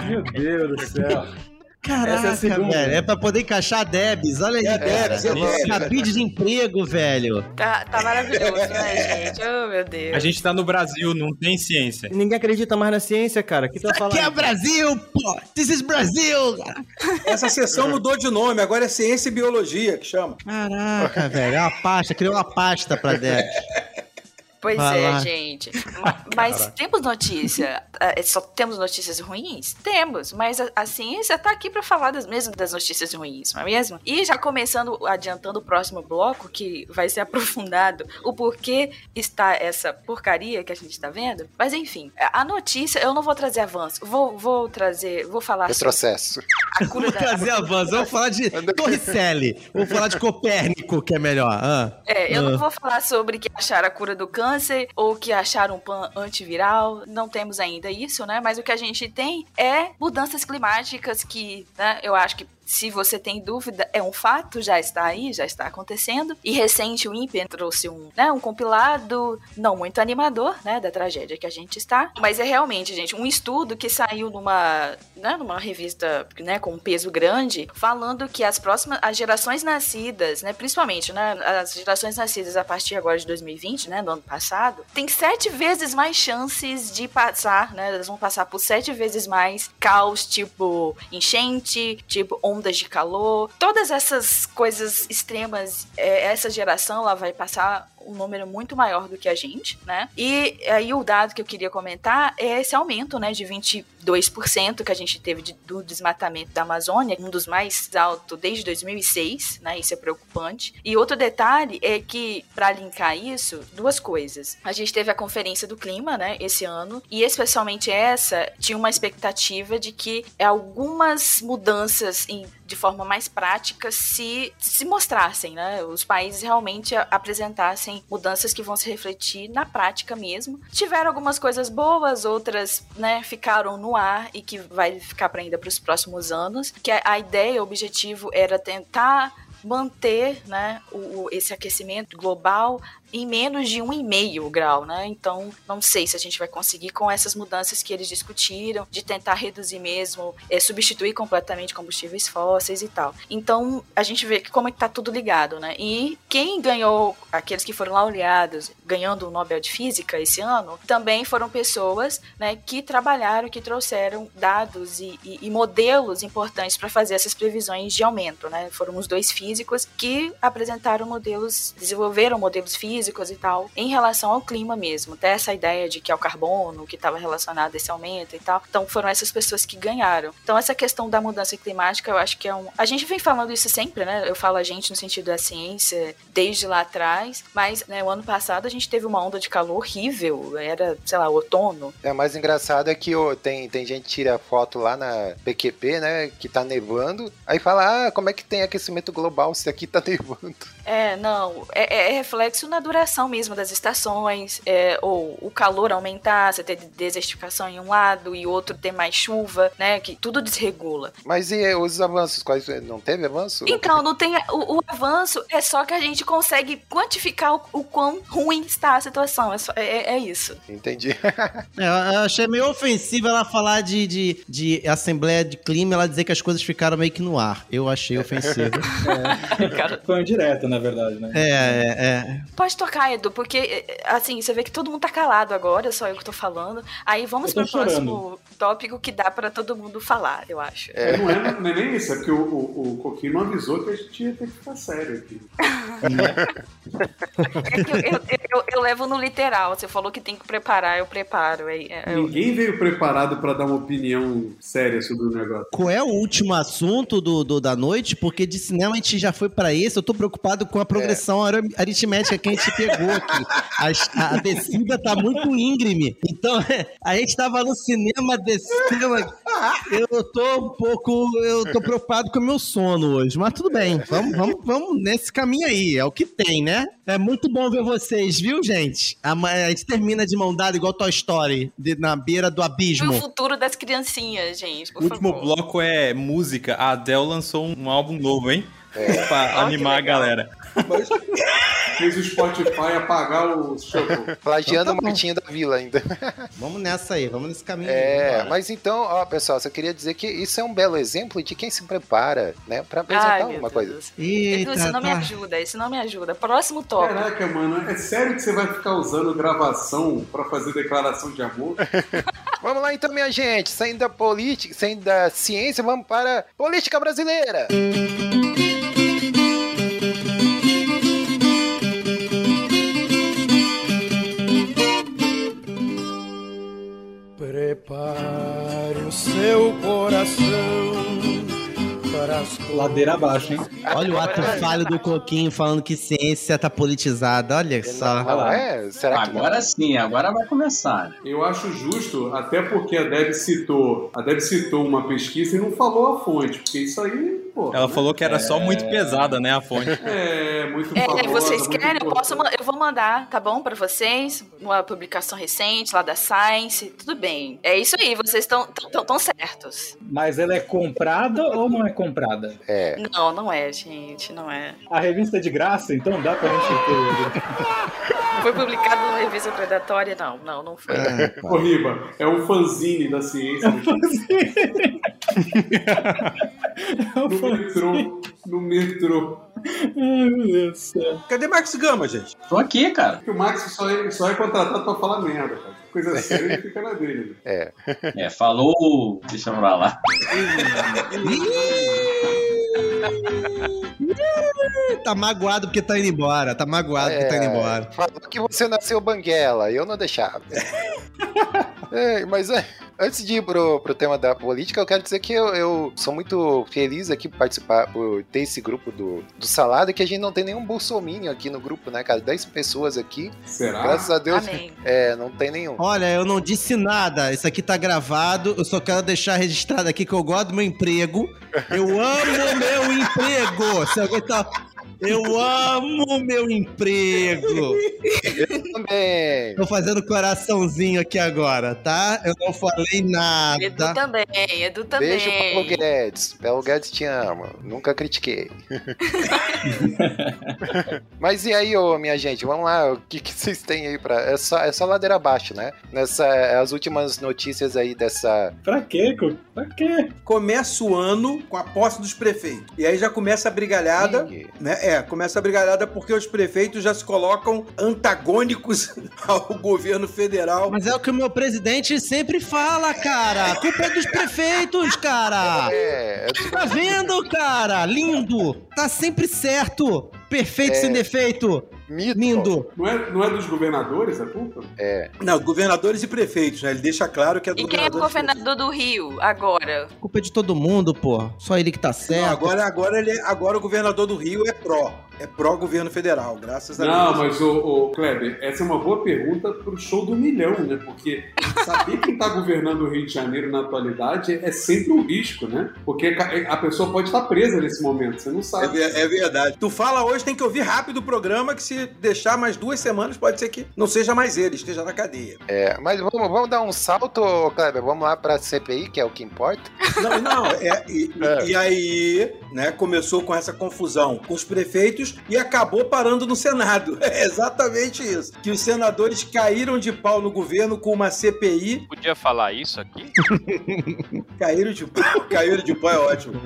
Meu Deus do céu. Essa Caraca, é a segunda. velho. É pra poder encaixar a Debs. Olha aí, É, cara. Debs, é Debs. Cabide de emprego, velho. Tá, tá maravilhoso, né, gente? Oh, meu Deus. A gente tá no Brasil, não tem ciência. Ninguém acredita mais na ciência, cara. O que tá tu vai falar? é Brasil, pô! This is Brasil! [LAUGHS] Essa sessão mudou de nome, agora é ciência e biologia que chama. Caraca, velho. É uma pasta. Criou uma pasta pra Debs. Pois Vai é, lá. [LAUGHS] gente. Ma- Mas Caraca. temos notícia. Ah, Só temos notícias ruins? Temos, mas a, a ciência tá aqui pra falar das mesmas das notícias ruins, não é mesmo? E já começando, adiantando o próximo bloco, que vai ser [LAUGHS] aprofundado o porquê está essa porcaria que a gente tá vendo. Mas enfim, a a notícia, eu não vou trazer avanço, vou, vou trazer, vou falar Retrocesso. a cura Vou da- trazer avanço. Vamos falar de Torricelli. Vamos falar de Copérnico, que é melhor. Ah. É, eu Ah. não vou falar sobre que acharam a cura do câncer ou que acharam um pan antiviral. Não temos ainda isso, né? Mas o que a gente tem é mudanças climáticas que, né, eu acho que Se você tem dúvida, é um fato, já está aí, já está acontecendo. E recente, o INPE trouxe um, né, um compilado não muito animador, né, da tragédia que a gente está. Mas é realmente, gente, um estudo que saiu numa, né, numa revista, né, com um peso grande, falando que as próximas, as gerações nascidas, né, principalmente, né, as gerações nascidas a partir agora de 2020, né, do ano passado, tem sete vezes mais chances de passar, né, elas vão passar por sete vezes mais caos, tipo enchente, tipo ondas de calor, todas essas coisas extremas, é, essa geração, ela vai passar um número muito maior do que a gente, né? E aí o dado que eu queria comentar é esse aumento, né, de 22% que a gente teve de- do desmatamento da Amazônia, um dos mais altos desde 2006, né? Isso é preocupante. E outro detalhe é que para linkar isso, duas coisas. A gente teve a conferência do clima, né, esse ano, e especialmente essa tinha uma expectativa de que algumas mudanças em de forma mais prática se se mostrassem, né? Os países realmente a- apresentassem mudanças que vão se refletir na prática mesmo. Tiveram algumas coisas boas, outras, né, ficaram no ar e que vai ficar para ainda para os próximos anos. Que a, a ideia, o objetivo era tentar manter, né, o, o- esse aquecimento global em menos de 1,5 grau, né? Então, não sei se a gente vai conseguir com essas mudanças que eles discutiram, de tentar reduzir mesmo, eh, substituir completamente combustíveis fósseis e tal. Então, a gente vê que como é que tá tudo ligado, né? E quem ganhou, aqueles que foram laureados, ganhando o Nobel de Física esse ano, também foram pessoas, né, que trabalharam, que trouxeram dados e, e- e modelos importantes para fazer essas previsões de aumento, né? Foram os dois físicos que apresentaram modelos, desenvolveram modelos físicos e tal, em relação ao clima mesmo. Até essa ideia de que é o carbono que estava relacionado a esse aumento e tal. Então foram essas pessoas que ganharam. Então essa questão da mudança climática, eu acho que é um. A gente vem falando isso sempre, né? Eu falo a gente no sentido da ciência desde lá atrás, mas né, o ano passado a gente teve uma onda de calor horrível. Era, sei lá, outono. É, o mais engraçado é que ô, tem, tem gente que tira foto lá na PQP, né? Que tá nevando. Aí fala, ah, como é que tem aquecimento global se aqui tá [LAUGHS] nevando? É, não. É, é- é reflexo na duração mesmo das estações, é, ou o calor aumentar, você ter desertificação em um lado e outro ter mais chuva, né? Que tudo desregula. Mas e eh, os avanços? Quais, não teve avanço? Então, não tem. O, o avanço é só que a gente consegue quantificar o, o quão ruim está a situação. É, só- é- é isso. Entendi. [LAUGHS] É, eu achei meio ofensivo ela falar de, de, de Assembleia de Clima e ela dizer que as coisas ficaram meio que no ar. Eu [LAUGHS] achei ofensivo. Foi um direto, na verdade, né? é, é, é. Pode tocar, Edu, porque eh, assim, você vê que todo mundo tá calado agora, só eu que tô falando. Aí vamos Eu pro tô próximo tópico que dá pra todo mundo falar, eu acho. É, não, é, não é nem isso, é porque o, o, o Coquinho não avisou que a gente ia ter que ficar sério [LAUGHS] aqui. Eu, eu levo no literal. Você falou que tem que preparar, eu preparo. É, é- eu- Ninguém veio preparado pra dar uma opinião séria sobre o negócio. Qual é o último assunto do, do- da noite? Porque de cinema a gente já foi pra esse. Eu tô preocupado com a progressão ar- aritmética que a gente pegou aqui. As- a, a descida tá muito íngreme. Então, a gente tava no cinema, desceu. Eu tô um pouco. Eu tô preocupado com o meu sono hoje. Mas tudo bem. Vamos, vamos, vamos nesse caminho aí. É o que tem, né? É muito bom ver vocês, viu, gente? Ama- A, gente termina de mão dada igual Toy Story de- na beira do o abismo. futuro das criancinhas, gente. Por O último favor. bloco é música. A Adele lançou um álbum novo, hein? É. [LAUGHS] pra animar a galera. Fez o Spotify é um apagar o shuffle. [LAUGHS] Plagiando o Martinho da Vila ainda. Então tá [LAUGHS] Vamos nessa aí, vamos nesse caminho. É, Bora. mas então, ó, pessoal, só queria dizer que isso é um belo exemplo de quem se prepara, né, pra Ai, apresentar meu alguma Deus coisa. Edu, isso não me tá. ajuda, isso não me ajuda. Próximo tópico. Caraca, mano, é sério que você vai ficar usando gravação pra fazer declaração de amor? Vamos lá então, minha gente, saindo da política, saindo da ciência, vamos para a política brasileira. Prepare o seu coração para as Ladeira abaixo, hein? Olha o ato falho do Coquinho falando que ciência tá politizada, olha só. É. É, agora sim, agora vai começar. né? Eu acho justo, até porque a Deb citou, a Deb citou uma pesquisa e não falou a fonte, porque isso aí pô. Ela falou que era só é. muito pesada, né, a fonte. É, muito É, famosa, vocês muito querem? Eu, posso, ma- eu vou mandar, tá bom, pra vocês? Uma publicação recente lá da Science, tudo bem. É isso aí, vocês estão tão, tão- tão certos. Mas ela é comprada ou não é comprada? É. Não, não é, gente, não é. A revista é de graça, então dá pra gente ter. [LAUGHS] Não foi publicado numa revista predatória, não, não, não É, foi. Ô, Riba, é um fanzine da É ciência. um [LAUGHS] no metrô. No metrô. Ai, meu Deus do céu. Cadê Max Gama, gente? Tô aqui, cara. Porque o Max só é, só é contratado pra falar merda, cara. Coisa séria ele fica na dele. né? É. É, falou. Deixa eu pra lá. [LAUGHS] Tá magoado porque tá indo embora. Tá magoado porque tá indo embora. Falou que você nasceu banguela, eu não deixava. É, mas é, antes de ir pro, pro tema da política, eu quero dizer que eu, eu sou muito feliz aqui por participar, por ter esse grupo do, do Salada, que a gente não tem nenhum bolsominion aqui no grupo, né, cara? 10 pessoas aqui. Será? Graças a Deus. Amém. É, não tem nenhum. Olha, eu não disse nada. Isso aqui tá gravado. Eu só quero deixar registrado aqui que eu gosto do meu emprego. Eu amo meu emprego. Se alguém tá. Eu amo meu emprego. Eu também. Tô fazendo coraçãozinho aqui agora, tá? Eu não falei Edu nada. também, Edu também. Beijo pro Paulo Guedes. Paulo Guedes te ama. Nunca [LAUGHS] critiquei. Mas e aí, ô, minha gente? Vamos lá. O que, que vocês têm aí pra. É só, é só ladeira abaixo, né? Nessa, as últimas notícias aí dessa. É, Pra quê, Cuco? Pra quê? Começa o ano com a posse dos prefeitos. E aí já começa a brigalhada, Ih. né? É, começa a brigalhada porque os prefeitos já se colocam antagônicos [LAUGHS] ao governo federal. Mas é o que o meu presidente sempre fala, cara. A culpa é dos prefeitos, cara. É. tipo- Tá vendo, cara? Lindo. Tá sempre certo. Perfeito É. sem defeito. Mito. Lindo. Não é, não é dos governadores a culpa? É. Não, governadores e prefeitos, né? Ele deixa claro que é do E quem é o governador do Rio agora? A culpa é de todo mundo, pô. Só ele que tá certo. Agora, agora, ele, é- agora o governador do Rio é pró. É pró-governo federal, graças a Não, Deus. mas o, Kleber, essa é uma boa pergunta pro show do milhão, né? Porque saber quem tá governando o Rio de Janeiro na atualidade é sempre um risco, né? Porque ca- a pessoa pode estar presa nesse momento, você não É, sabe. ver- é verdade. Tu fala hoje, tem que ouvir rápido o programa, que se deixar mais duas semanas, pode ser que não seja mais ele, esteja na cadeia. É, mas vamos, vamos dar um salto, ô, Kleber. Vamos lá pra CPI, que é o que importa. Não, não, é, e, É. e aí, né, começou com essa confusão com os prefeitos e acabou parando no Senado. [LAUGHS] É exatamente isso. Que os senadores caíram de pau no governo com uma CPI. Podia falar isso [LAUGHS] aqui? Caíram de pau, [LAUGHS] caíram de pau é ótimo.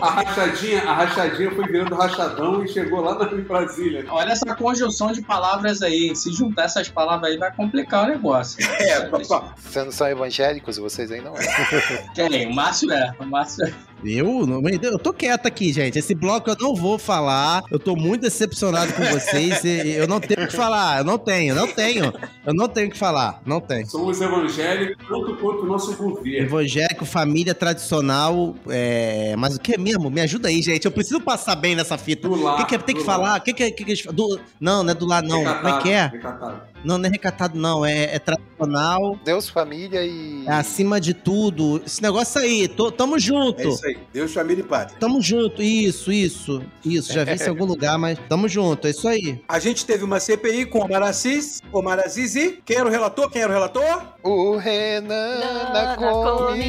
A rachadinha, a rachadinha foi virando rachadão e chegou lá na em Brasília. Olha essa conjunção de palavras aí. Se juntar essas palavras aí vai complicar o [LAUGHS] negócio. É, papá. Vocês não são evangélicos, vocês aí não. é. Quem? O Márcio é. O Márcio é. Eu? Não, meu Deus, eu tô quieto aqui, gente. Esse bloco eu não vou falar. Eu tô muito decepcionado com vocês. E Eu não tenho o que falar. Eu não tenho, não tenho. Eu não tenho o que falar. Não tenho. Somos evangélicos tanto quanto o nosso governo. Evangélico, família tradicional. É... Mas o que é mesmo? Me ajuda aí, gente. Eu preciso passar bem nessa fita. Do O lar, que, que é ter do que lar. falar? O que, que, é- que, que eles fa- do... Não, não é do lado, não. Como é que é? Recatado. Não, não é recatado, não. É, é tradicional. Deus, família e. É acima de tudo. Esse negócio aí. Tô, tamo junto. É isso aí. Deus, família e pátria. Tamo junto, isso, isso, isso. Já vi isso em algum lugar, mas tamo junto, é isso aí. A gente teve uma CPI com Omar Assis, Omar Aziz e... Quem era o relator? Quem era o relator? O Renan Na na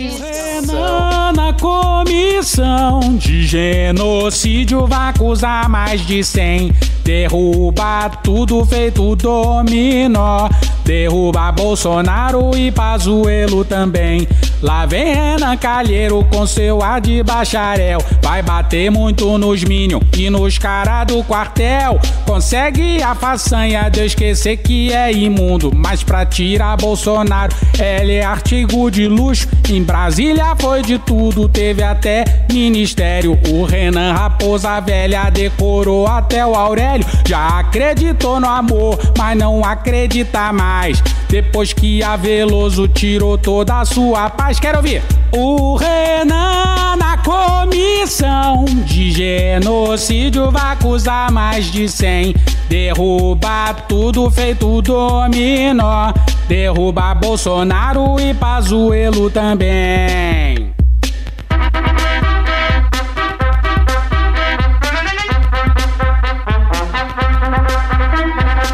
comissão. Na comissão de genocídio vai acusar mais de 100. Derruba tudo feito dominó. Derruba Bolsonaro e Pazuelo também. Lá vem Renan Calheiro com seu ar de bacharel. Vai bater muito nos Minion e nos cara do quartel. Consegue a façanha de eu esquecer que é imundo. Mas pra tirar Bolsonaro, ele é artigo de luxo. Em Brasília foi de tudo, teve até ministério. O Renan Raposa Velha decorou até o Aurélio. Já acreditou no amor, mas não acredita mais. Depois que a Veloso tirou toda a sua paz, quero ouvir. O Renan na comissão de genocídio vai acusar mais de 100. Derruba tudo feito dominó. Derruba Bolsonaro e Pazuelo também.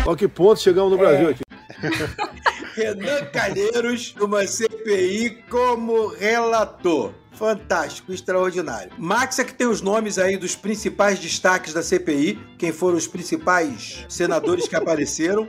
a que ponto chegamos no Brasil aqui. [LAUGHS] Renan Calheiros, numa CPI como relator. Fantástico, extraordinário. Max é que tem os nomes aí dos principais destaques da CPI, quem foram os principais senadores que apareceram.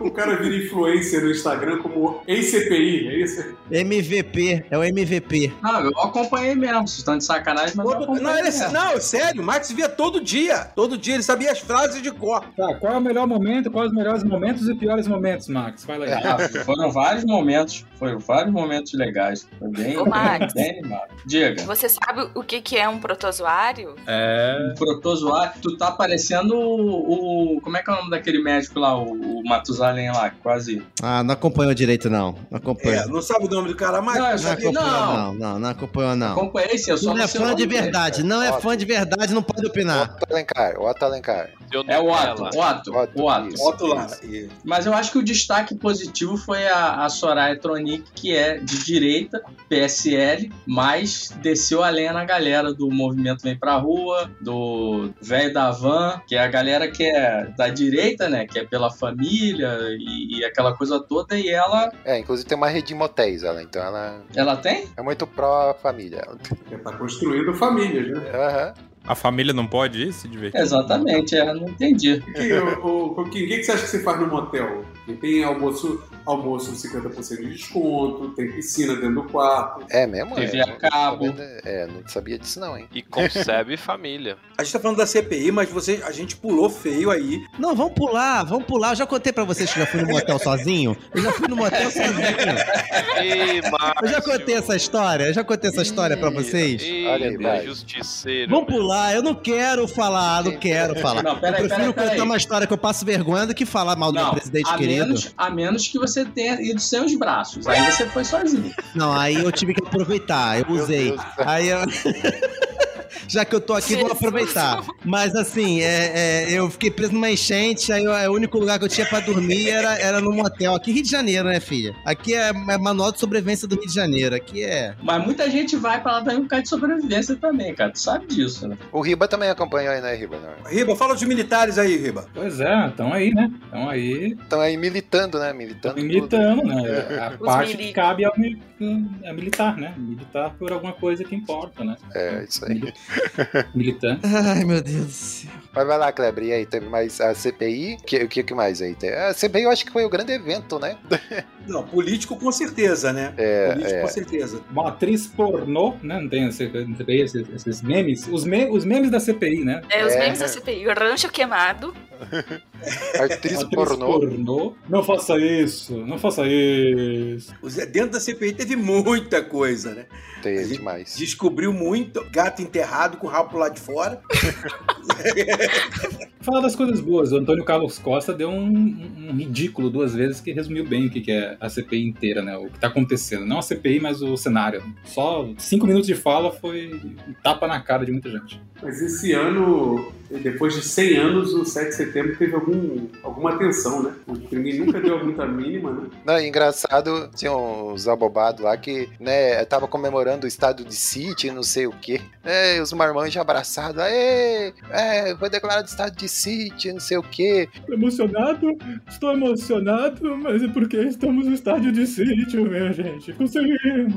O cara vira influencer no Instagram como ex-CPI, é isso? MVP, é o MVP. Não, eu acompanhei mesmo, vocês estão de sacanagem, mas eu Não, acompanhei ele, mesmo. não, é sério, o Max via todo dia. Todo dia ele sabia as frases de cor. Tá, qual é o melhor momento, quais os melhores momentos e piores momentos, Max? Fala aí. Ah, [LAUGHS] foram vários momentos, foram vários momentos legais. Foi bem, Ô, Max. bem animado. Diga. Você sabe o que, que é um protozoário? É. Protozoário, tu tá parecendo o, o- Como é que é o nome daquele médico lá, o, o Matusalém lá, quase. Ah, não acompanhou direito, não. Não acompanhou. É, não sabe o nome do cara mais? é Não, eu Não sabia, acompanhou, É, não. é. não, não, não acompanhou, não. Acompanhei, sim, eu só não não é sei fã o de nome dele, verdade, cara. não é Ó. fã de verdade, não pode opinar. Otto Alencar, Otto Alencar. É o Otto, o Otto, o Otto. isso, Otto lá. isso. Mas eu acho que o destaque positivo foi a, a Soraya Tronic, que é de direita, PSL, mas desceu a lenha na galera do Movimento Vem Pra Rua, do Velho da Van, que é a galera que é da direita, né? Que é pela família e, e aquela coisa toda, e ela... É, inclusive tem uma rede de motéis ela, então ela. Ela tem? É muito pró-família. Tá construindo famílias, né? Aham. A família não pode ir se divertir? Exatamente, é, não entendi. Que, o, o, que, que que você acha que você faz no motel? Que tem almoço, almoço 50% de desconto, tem piscina dentro do quarto. É mesmo? TV é, a não- cabo. É, não sabia disso não, hein? E concebe [LAUGHS] família. A gente tá falando da CPI, mas você, a gente pulou feio aí. Não, vamos pular, vamos pular. Eu já contei pra vocês que eu já fui no motel sozinho. Eu já fui no motel sozinho. Ih, Eu já contei essa história, eu já contei essa história pra vocês. Ih, Olha meu vai. justiceiro. Vamos pular, eu não quero falar, não quero falar. Não, peraí, eu prefiro peraí, peraí. contar uma história que eu passo vergonha do que falar mal do meu presidente a querido. menos, a menos que você tenha ido sem os braços. Aí você foi sozinho. Não, aí eu tive que aproveitar, eu usei. Aí eu... [LAUGHS] Já que eu tô aqui, vou aproveitar. Mas assim, é- é, eu fiquei preso numa enchente, aí eu- é, o único lugar que eu tinha pra dormir era, era num motel. Aqui Rio de Janeiro, né, filha? Aqui é, é manual de sobrevivência do Rio de Janeiro. Aqui é. Mas muita gente vai pra lá também por causa de sobrevivência também, cara. Tu sabe disso, né? O Riba também acompanhou aí, né, Riba? Não. Riba, fala dos militares aí, Riba. Pois é, estão aí, né? Estão aí. Estão Então aí militando, né? Militando. Militando, tudo. né? A [LAUGHS] Os parte mili- que cabe ao mil- é militar, né? Militar por alguma coisa que importa, né? É, isso aí. Militante. Ai, meu Deus do céu. Mas vai lá, Kleber, e aí? Teve mais a CPI? O que, que, que mais aí? Teve? A CPI eu acho que foi o grande evento, né? Não, político com certeza, né? político com certeza. Uma atriz pornô, né? Não tem esse- não tem esses, esses memes. Os, me- os memes da CPI, né? É, os memes da CPI. O rancho queimado. Atriz, pornô. [LAUGHS] Não faça isso, não faça isso. Os- Dentro da CPI teve muita coisa, né? Teve demais. Descobriu muito. Gato enterrado com o rabo lá de fora. Falar das coisas boas. O Antônio Carlos Costa deu um, um- um ridículo duas vezes que resumiu bem o que, que é a CPI inteira, né? O que tá acontecendo. Não a CPI, mas o cenário. Só cinco minutos de fala foi um tapa na cara de muita gente. Mas esse ano, depois de 100 anos, o 7 de setembro teve algum, alguma atenção, né? Porque ninguém nunca deu muita mínima, né? Não, e engraçado, tinha uns abobados lá que, né, tava comemorando o estado de sítio, não sei o quê. É, os marmanjos abraçados, aê, é, foi declarado estado de sítio, não sei o quê. Estou emocionado, estou emocionado, mas é porque estamos no estádio de sítio, minha gente. Conseguimos.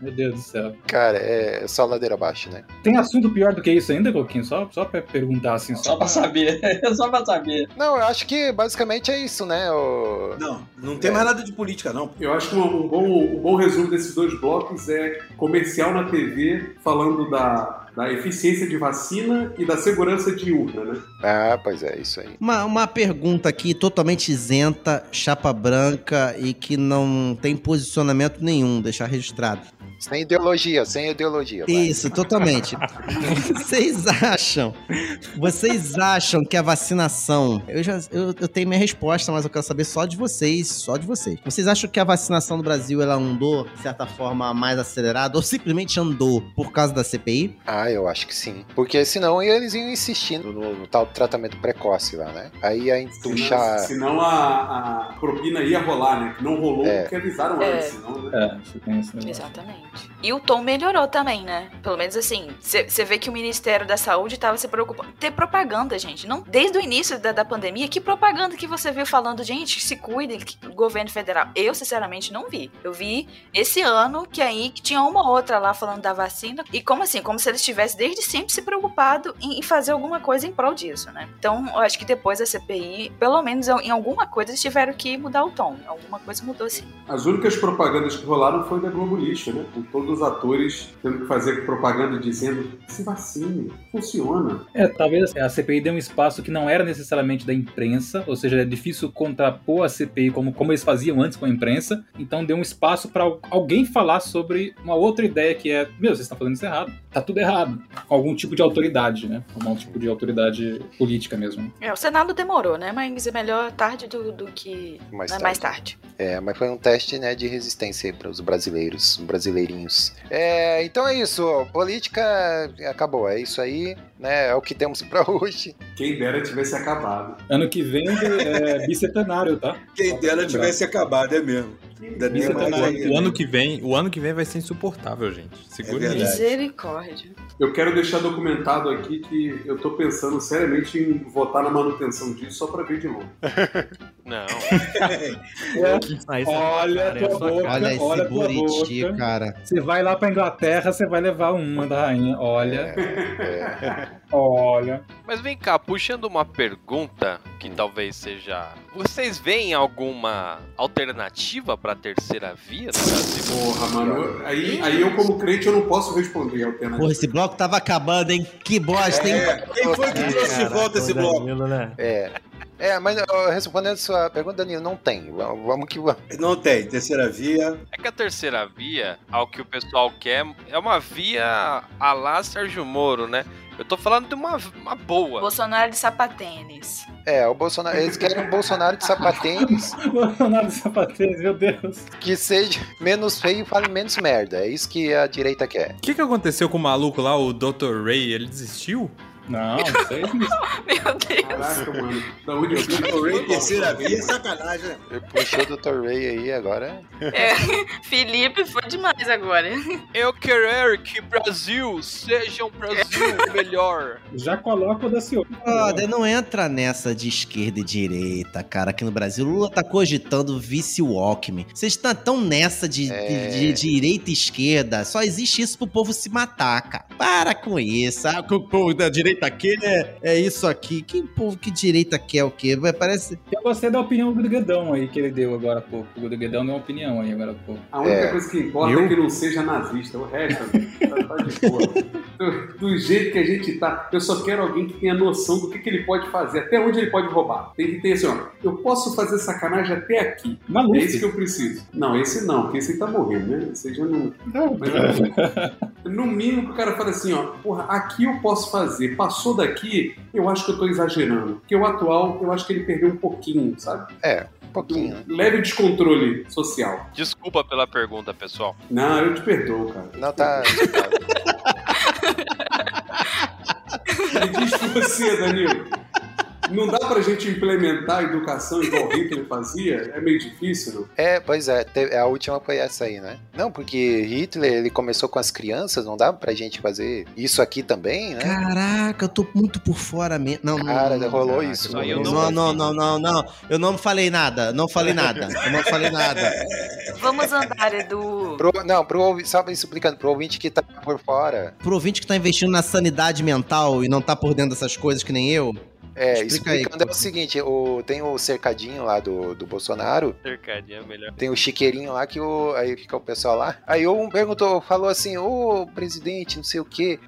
Meu Deus do céu. Cara, é só ladeira abaixo, né? Tem assunto pior do que isso ainda, Coquinho? Só, só pra perguntar assim. Só, pra saber. [LAUGHS] só pra saber. Não, eu acho que basicamente é isso, né? O... Não, não tem mais nada de política, não. Eu acho que um, um bom, um bom resumo desses dois blocos é comercial na TV falando da, da eficiência de vacina e da segurança de urna, né? Ah, pois é, isso aí. Uma, uma pergunta aqui totalmente isenta, chapa branca e que não tem posicionamento nenhum, deixar registrado. Sem ideologia, sem ideologia. vai. Isso, [LAUGHS] totalmente. vocês acham? Vocês acham que a vacinação. Eu já eu, eu tenho minha resposta, mas eu quero saber só de vocês, só de vocês. Vocês acham que a vacinação no Brasil ela andou de certa forma mais acelerada ou simplesmente andou por causa da CPI? Ah, Ah, eu acho que sim. Porque senão eles iam insistindo no, no tal tratamento precoce lá, né? Aí ia entuchar. Senão a, a propina ia rolar, né? Que não rolou É. porque avisaram É. antes, senão, né? É, você tem esse negócio. Exatamente. E o tom melhorou também, né? Pelo menos assim, você vê que o Ministério da Saúde tava se preocupando. Ter propaganda, gente. Não, desde o início da, da pandemia, que propaganda que você viu falando, gente, se cuidem, que- governo federal? Eu, sinceramente, não vi. Eu vi esse ano que aí que tinha uma ou outra lá falando da vacina. E como assim? Como se eles tivessem desde sempre se preocupado em, em fazer alguma coisa em prol disso, né? Então, eu acho que depois da CPI, pelo menos em alguma coisa, eles tiveram que mudar o tom. Alguma coisa mudou sim. As únicas propagandas que rolaram foi da Globo Lixo, né? Com todos os atores tendo que fazer propaganda dizendo se vacine, funciona. É, talvez a CPI dê um espaço que não era necessariamente da imprensa, ou seja, é difícil contrapor a CPI como, como eles faziam antes com a imprensa, então deu um espaço para alguém falar sobre uma outra ideia que é: meu, vocês estão fazendo isso errado, tá tudo errado. Com algum tipo de autoridade, né? Com Algum tipo de autoridade política mesmo. É, o Senado demorou, né? Mas é melhor tarde do, do que Mais né, tarde. mais tarde. É, mas foi um teste né, de resistência para os brasileiros, brasileirinhos. É, então é isso, política acabou, é isso aí, né? É o que temos para [LAUGHS] hoje. Quem dera tivesse acabado. Ano que vem é bicentenário, tá? Quem dela tivesse acabado, é mesmo. Ainda bem Isso é mais verdade. ainda. o ano que vem, o ano que vem vai ser insuportável, gente. Segura É isso. Misericórdia. Eu quero deixar documentado aqui que eu tô pensando seriamente em votar na manutenção disso só pra ver de novo. Não. É. Olha a cara, sua tua boca, cara, esse olha a tua Buriti, boca. cara. Você vai lá pra Inglaterra, você vai levar uma da rainha. Olha. É. [LAUGHS] Olha. É, Mas vem cá, puxando uma pergunta que talvez seja. Vocês veem alguma alternativa pra terceira via no Brasil? Porra, mano. Aí, aí eu, como crente, eu não posso responder a alternativa. Porra, esse bloco tava acabando, hein? Que bosta, hein? É. Quem foi que trouxe de volta esse bloco? É. É, mas ó, respondendo a sua pergunta, Danilo, não tem. Vamos vamos que vamos. Não tem, terceira via. É que a terceira via, ao que o pessoal quer, é uma via a lá Sérgio Moro, né? Eu tô falando de uma, uma boa. Bolsonaro de sapatênis. É, o Bolsonaro. Eles querem um Bolsonaro de sapatênis [LAUGHS] Bolsonaro de sapatênis, meu Deus. que seja menos feio e fale menos merda. É isso que a direita quer. O que, que aconteceu com o maluco lá, o Dr. Ray? Ele desistiu? Não, sei. Meu Deus. Caraca, mano. Da onde eu vi, O Ray, foi terceira bom. via, é sacanagem. né? Puxou o Dr. Ray aí agora. É, Felipe foi demais agora. Eu quero que Brasil seja [LAUGHS] um Brasil melhor. Já coloca o da senhora. Brother, não entra nessa de esquerda e direita, cara. Aqui no Brasil, o Lula tá cogitando vice Walkman. Vocês estão tão nessa de, de- de direita e esquerda. Só existe isso pro povo se matar, cara. Para com isso. Ah, que o povo da direita quer é, é isso aqui. Que povo que direita quer É o quê? Vai, Parece. Eu gostei da opinião do Guedão aí que ele deu agora há pouco. O Guedão deu uma opinião aí agora há pouco. A única É. coisa que importa Eu? é que não seja nazista. O resto, amigo, tá, tá de boa. [LAUGHS] Do, do jeito que a gente tá, eu só quero alguém que tenha noção do que, que ele pode fazer, até onde ele pode roubar. Tem que ter assim, ó. Eu posso fazer sacanagem até aqui. Maluco. É isso que eu preciso. Não, esse não, porque esse aí tá morrendo, né? Esse aí já não. No mínimo que o cara fala assim, ó, porra, aqui eu posso fazer, passou daqui, eu acho que eu tô exagerando. Porque o atual, eu acho que ele perdeu um pouquinho, sabe? É, um pouquinho. né? Leve descontrole social. Desculpa pela pergunta, pessoal. Não, eu te perdoo, cara. Não tá. Me diz você, Danilo. Não dá pra gente implementar a educação igual o Hitler fazia? É meio difícil, não? É, pois é, te- a última foi essa aí, né? Não, porque Hitler, ele começou com as crianças, não dá pra gente fazer isso aqui também, né? Caraca, eu tô muito por fora mesmo. Não, não, Cara, não, não, rolou caraca, isso, Não, aí eu não, não não, não, não, não. Eu não falei nada. Não falei nada. Eu não falei [LAUGHS] nada. Vamos andar, Edu. Pro- não, pro, ouvi- só me explicando, pro ouvinte que tá por fora. Pro ouvinte que tá investindo na sanidade mental e não tá por dentro dessas coisas que nem eu. É, Explica aí, explicando é o seguinte, o, tem o cercadinho lá do, do Bolsonaro, Cercadinha melhor. tem o chiqueirinho lá que o, aí fica o pessoal lá. Aí um perguntou, falou assim, ô presidente, não sei o que,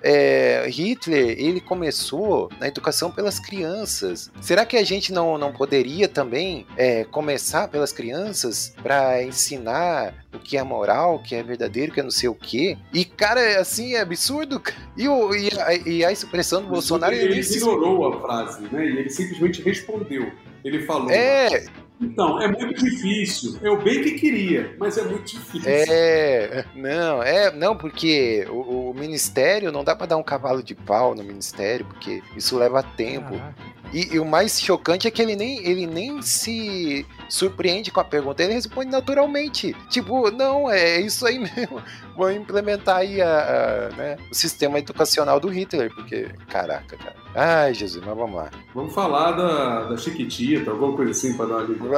Hitler, ele começou na educação pelas crianças. Será que a gente não, não poderia também é, começar pelas crianças para ensinar o que é moral, o que é verdadeiro, o que é não sei o que? E cara, é assim, é absurdo. cara. E, o, e, a, e a expressão do Bolsonaro... é ele se- ignorou a frase, né? E ele simplesmente respondeu. Ele falou. É. Então, é muito difícil. Eu bem que queria, mas é muito difícil. É, não, é, não, porque o, o ministério, não dá pra dar um cavalo de pau no ministério, porque isso leva tempo. E, e o mais chocante é que ele nem, ele nem se surpreende com a pergunta, ele responde naturalmente. Tipo, não, é isso aí [LAUGHS] mesmo. Vou implementar aí a, a, né, o sistema educacional do Hitler, porque, caraca, cara. Ai, Jesus, mas vamos lá. Vamos falar da, da Chiquitita, alguma coisa assim pra dar uma aliviada.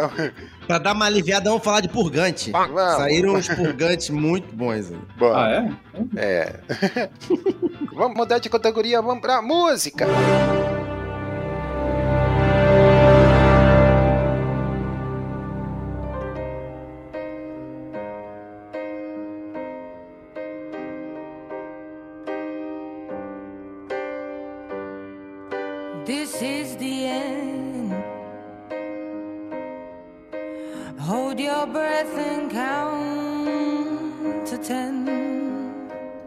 Pra dar uma aliviada, vamos falar de purgante. Vamos. Saíram uns purgantes muito bons. aí. Bom, Ah, é? vamos mudar de categoria, vamos pra música. This is the end. Hold your breath and count to ten.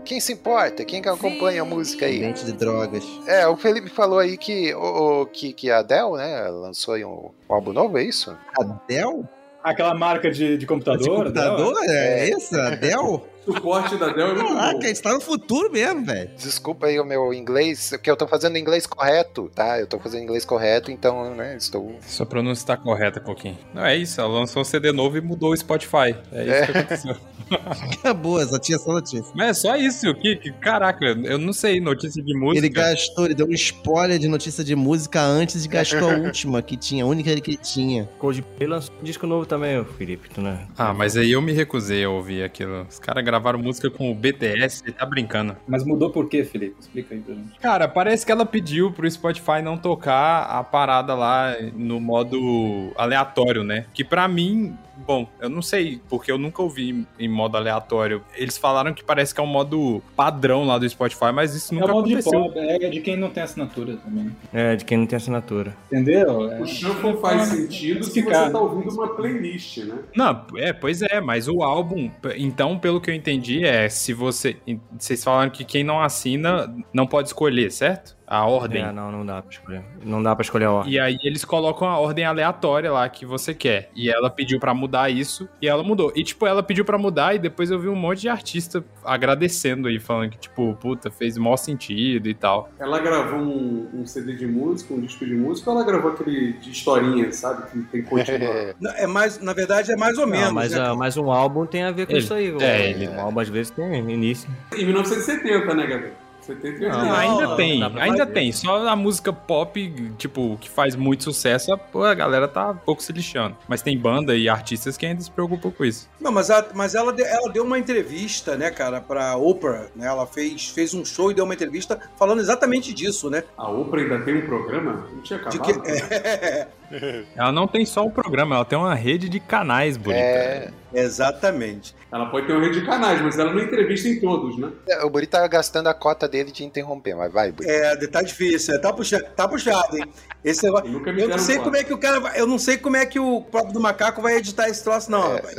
Quem se importa? Quem que acompanha a música aí? Gente de drogas. É, o Felipe falou aí que, o, o- que, que a Dell, né, lançou aí um, um álbum novo, é isso? A Dell? Aquela marca de, de computador. De computador? Dell? É isso? A Dell? [LAUGHS] O suporte da Dell é muito bom. Caraca, isso tá no futuro mesmo, velho. Desculpa aí o meu inglês, porque eu tô fazendo inglês correto, tá? Eu tô fazendo inglês correto, então, né, [LAUGHS] estou... [LAUGHS] Sua pronúncia tá correta, Coquinho. Não, é isso. Ela lançou um CD novo e mudou o Spotify. É isso que É. aconteceu. [LAUGHS] Acabou essa tinha essa notícia. Mas é só isso. Que, que- caraca, eu não sei. Notícia de música. Ele gastou, ele deu um spoiler de notícia de música antes de gastar a última que tinha, a única que ele tinha. Coldplay lançou um disco novo também, ô Felipe, tu né? Ah, mas aí eu me recusei a ouvir aquilo. Os caras gravaram música com o BTS, você tá brincando. Mas mudou por quê, Felipe? Explica aí pra gente. Cara, parece que ela pediu pro Spotify não tocar a parada lá no modo aleatório, né? Que pra mim, bom, eu não sei, porque eu nunca ouvi em modo aleatório. Eles falaram que parece que é um modo padrão lá do Spotify, mas isso É nunca o modo de aconteceu. pobre, é de quem não tem assinatura também. É, de quem não tem assinatura. Entendeu? É. O shuffle faz sentido se Ficar. você tá ouvindo uma playlist, né? Não, é, pois é, mas o álbum, p- então, pelo que eu entendi, é se você. Vocês falaram que quem não assina não pode escolher, certo? A ordem. É, não, não dá pra escolher. Não dá pra escolher a ordem. E aí eles colocam a ordem aleatória lá que você quer. E ela pediu pra mudar isso e ela mudou. E tipo, ela pediu pra mudar e depois eu vi um monte de artista agradecendo aí, falando que tipo, puta, fez o maior sentido e tal. Ela gravou um, um CD de música, um disco de música, ou ela gravou aquele de historinha, sabe? Que tem continuar. Não, É mais, na verdade, é mais ou Não, menos. mas, né? ah, mas um álbum tem a ver com Ele- isso aí, é, velho. ele- Um álbum às vezes tem início. Em 1970, né, Gabriel? 70 e Não, 80. ainda tem, dá pra ainda fazer. tem. Só a música pop, tipo, que faz muito sucesso, a, pô, a galera tá um pouco se lixando. Mas tem banda e artistas que ainda se preocupam com isso. Não, mas, a- mas ela, de- ela deu uma entrevista, né, cara, pra Oprah, né? Ela fez, fez um show e deu uma entrevista falando exatamente disso, né? A Oprah ainda tem um programa? Não tinha De acabado. né? que, [LAUGHS] É. Ela não tem só o programa, ela tem uma rede de canais bonita. É. Exatamente. Ela pode ter um rede de canais, mas ela não entrevista em todos, né? É, O Buri tá gastando a cota dele de interromper, mas vai, Buri. É, tá difícil, né? tá puxado, tá puxado, hein? Esse negócio- Nunca eu me não deram sei conta. como é que o cara vai, eu não sei como é que o próprio do macaco vai editar esse troço não, rapaz.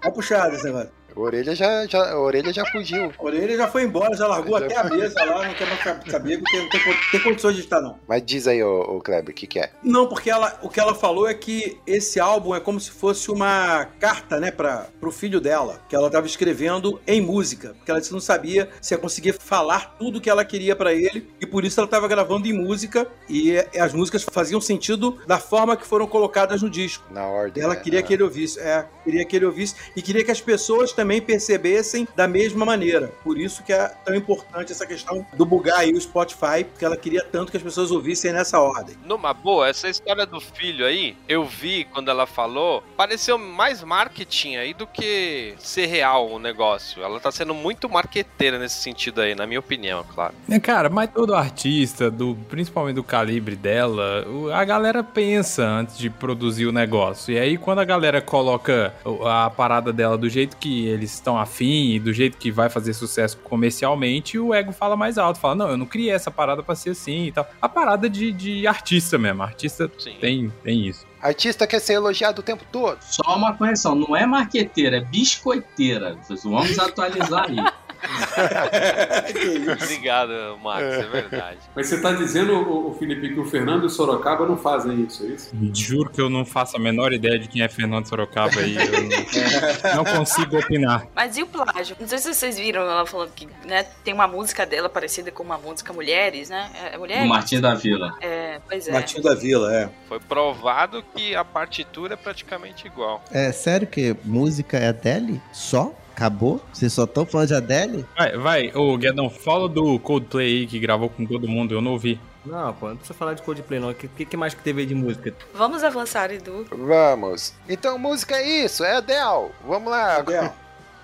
Tá puxado esse negócio. É. [LAUGHS] A orelha já, já, a orelha já fugiu. A orelha já foi embora, já largou Já até a foi. mesa lá, né? não quer mais saber, porque não tem, con- tem condições de editar não. Mas diz aí, ô, ô Kleber, o que que é? Não, porque ela, o que ela falou é que esse álbum é como se fosse uma carta, né, para pro filho dela, que ela tava escrevendo em música, porque ela disse que não sabia se ia conseguir falar tudo que ela queria para ele, e por isso ela tava gravando em música e eh, as músicas faziam sentido da forma que foram colocadas no disco. Na ordem. Ela né? queria Ah. que ele ouvisse, é, queria que ele ouvisse e queria que as pessoas também percebessem da mesma maneira. Por isso que é tão importante essa questão do bugar aí o Spotify, porque ela queria tanto que as pessoas ouvissem nessa ordem. Numa boa, essa história do filho aí, eu vi quando ela falou, pareceu mais marketing aí do que ser real o negócio. Ela tá sendo muito marqueteira nesse sentido aí, na minha opinião, claro. É, Cara, mas todo artista, do, principalmente do calibre dela, o- a galera pensa antes de produzir o negócio. E aí, quando a galera coloca o- a parada dela do jeito que eles estão afim e do jeito que vai fazer sucesso comercialmente, o ego fala mais alto. Fala, não, eu não criei essa parada pra ser assim e tal. A parada de, de artista mesmo. Artista tem, tem isso. Artista quer ser elogiado o tempo todo. [LAUGHS] Só uma correção, não é marqueteira, é biscoiteira. Vamos atualizar aí. [LAUGHS] Obrigado, Max, é verdade. Mas você tá dizendo, ô, ô, Felipe, que o Fernando e o Sorocaba não fazem isso, é isso? Juro que eu não faço a menor ideia de quem é Fernando Sorocaba e eu não consigo opinar. Mas e o plágio? Não sei se vocês viram ela falando que né, tem uma música dela parecida com uma música Mulheres, né? É Mulheres? O Martinho da Vila. É, pois é. Matinho da Vila, é. Foi provado que a partitura é praticamente igual. É sério que música é Adele? Só? Acabou? Vocês só estão falando de Adele? Vai, vai, ô Guedão, fala do Coldplay aí que gravou com todo mundo, eu não ouvi. Não, pô, não precisa falar de Coldplay, não. O que, que mais que teve aí de música? Vamos avançar, Edu. Vamos. Então, música é isso, é Adele. Vamos lá. Adele.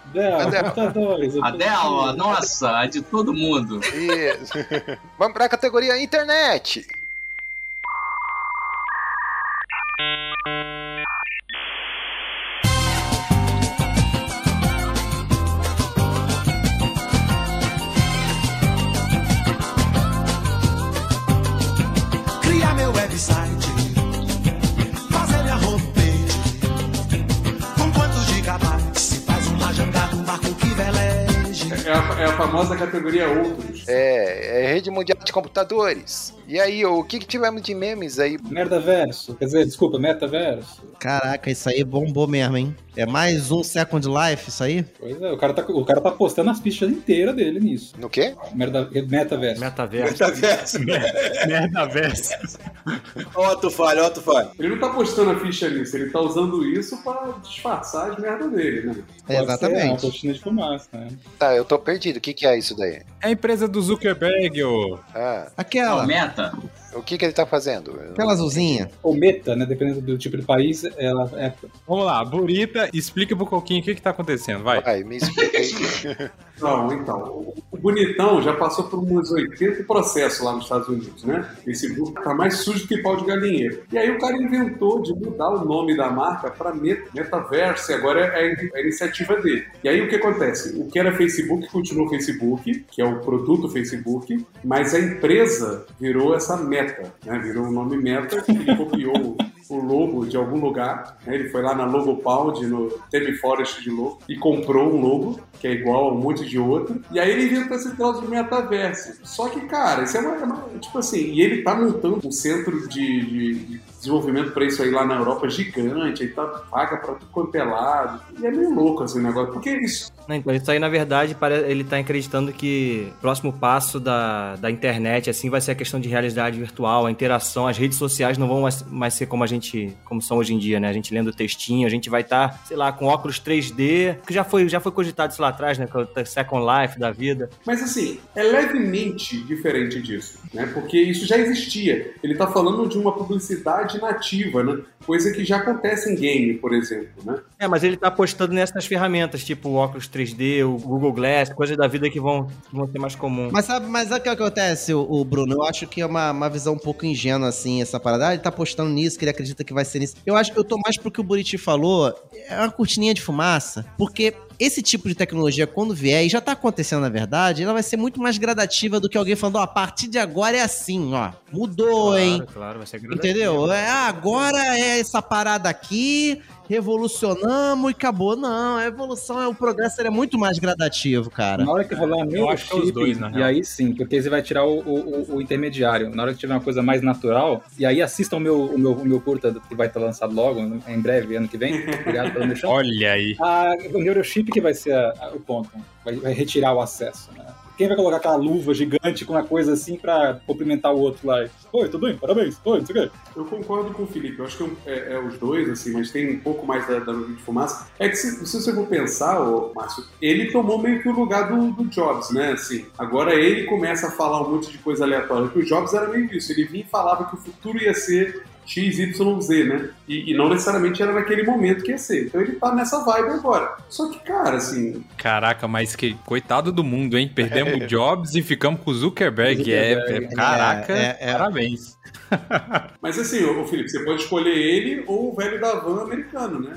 Adele. A dela, nossa, a de todo mundo. Isso. [LAUGHS] Vamos pra categoria internet. Criar meu website, fazer minha homepage. Com quantos gigabytes se faz uma jangada, um barco que veleje? É a, é a famosa categoria outros. É, é Rede Mundial de Computadores. E aí, o que, que tivemos de memes aí? Merdaverso. Quer dizer, desculpa, metaverso. Caraca, isso aí bombou mesmo, hein? É mais um Second Life isso aí? Pois é, o cara tá, o cara tá postando as fichas inteiras dele nisso. No quê? Merda, metaverso. Metaverso. [LAUGHS] Metaverso. Merdaverso. Ó, tu falha, ó, tu falha. Ele não tá postando a ficha nisso, ele tá usando isso pra disfarçar as merdas dele, né? É, Ser, é exatamente. uma cortina de fumaça, né? Tá, eu tô perdido. O que, que é isso daí? É a empresa do Zuckerberg, ô. Ah, Aquela, Meta. o que, que ele tá fazendo? aquela azulzinha. Ou meta, né? Dependendo do tipo de país, ela é. Vamos lá, Burita, explica pro Coquinho o que que tá acontecendo, vai. Ai, me explica aí. Não, então, o Bonitão já passou por uns 80 processos lá nos Estados Unidos, né? Esse grupo tá mais sujo que pau de galinheiro. E aí o cara inventou de mudar o nome da marca para Metaverse, agora é a- a iniciativa dele. E aí o que acontece? O que era Facebook continuou Facebook, que é o produto Facebook, mas a empresa virou essa Meta, né? Virou o nome Meta, que ele copiou o- o logo de algum lugar. né? Ele foi lá na Logopound, no Temi Forest de logo, e comprou um logo, que é igual a um monte de outro. E aí ele inventou esse troço de metaverso. Só que, cara, isso é uma, é uma- Tipo assim, e ele tá montando um centro de. de- de Desenvolvimento pra isso aí lá na Europa gigante, aí tá paga pra tudo quanto é lado. E é meio louco assim o negócio, porque isso Não, então, isso aí, na verdade, pare- ele tá acreditando que o próximo passo da, da internet, assim, vai ser a questão de realidade virtual, a interação, as redes sociais não vão mais, mais ser como a gente, como são hoje em dia, né? A gente lendo textinho, a gente vai estar, sei lá, com óculos 3D, que já foi, já foi cogitado isso lá atrás, né? Com o Second Life da vida. Mas assim, é levemente diferente disso, né? Porque isso já existia. Ele tá falando de uma publicidade nativa, né? Coisa que já acontece em game, por exemplo, né? É, mas ele tá apostando nessas ferramentas, tipo o óculos 3D, o Google Glass, coisas da vida que vão, que vão ser mais comum. Mas sabe, mas sabe o que acontece, o, o Bruno? Eu acho que é uma, uma visão um pouco ingênua, assim, essa parada. Ah, ele tá postando nisso, que ele acredita que vai ser nisso. Eu acho que eu tô mais pro que o Buriti falou. É uma cortininha de fumaça, porque. Esse tipo de tecnologia, quando vier, e já tá acontecendo na verdade, ela vai ser muito mais gradativa do que alguém falando, ó, a partir de agora é assim, ó. Mudou, hein? Claro, claro, vai ser grande. Entendeu? É, ah, agora é essa parada aqui, revolucionamos e acabou. Não, a evolução, é o progresso ele é muito mais gradativo, cara. Na hora que rolar Eu acho que é os microchip, dois, na e real. aí sim, porque você vai tirar o, o- o- o intermediário. Na hora que tiver uma coisa mais natural, e aí assistam o meu, o meu, o meu curta que vai estar lançado logo, [LAUGHS] em breve, ano que vem. Obrigado pelo meu [LAUGHS] Olha aí. a, o neurochip que vai ser a- a- o ponto, né? vai, vai retirar o acesso, né? Quem vai colocar aquela luva gigante com uma coisa assim pra cumprimentar o outro lá? Oi, tudo bem? Parabéns. Oi, não sei o quê. Eu concordo com o Felipe, eu acho que é, é os dois, assim, mas tem um pouco mais da, da nuvem de fumaça. É que se, se você for pensar, ô, Márcio, ele tomou meio que o lugar do, do Jobs, né? Assim, agora ele começa a falar um monte de coisa aleatória, que o Jobs era meio isso, ele vinha e falava que o futuro ia ser XYZ, né? E, e não necessariamente era naquele momento que ia ser. Então ele tá nessa vibe agora. Só que, cara, assim, Caraca, mas que coitado do mundo, hein? Perdemos [LAUGHS] o Jobs e ficamos com o Zuckerberg. É, é- caraca, né? É, é, é. parabéns. [LAUGHS] mas assim, ô, ô, Felipe, você pode escolher ele ou o velho da van americano, né?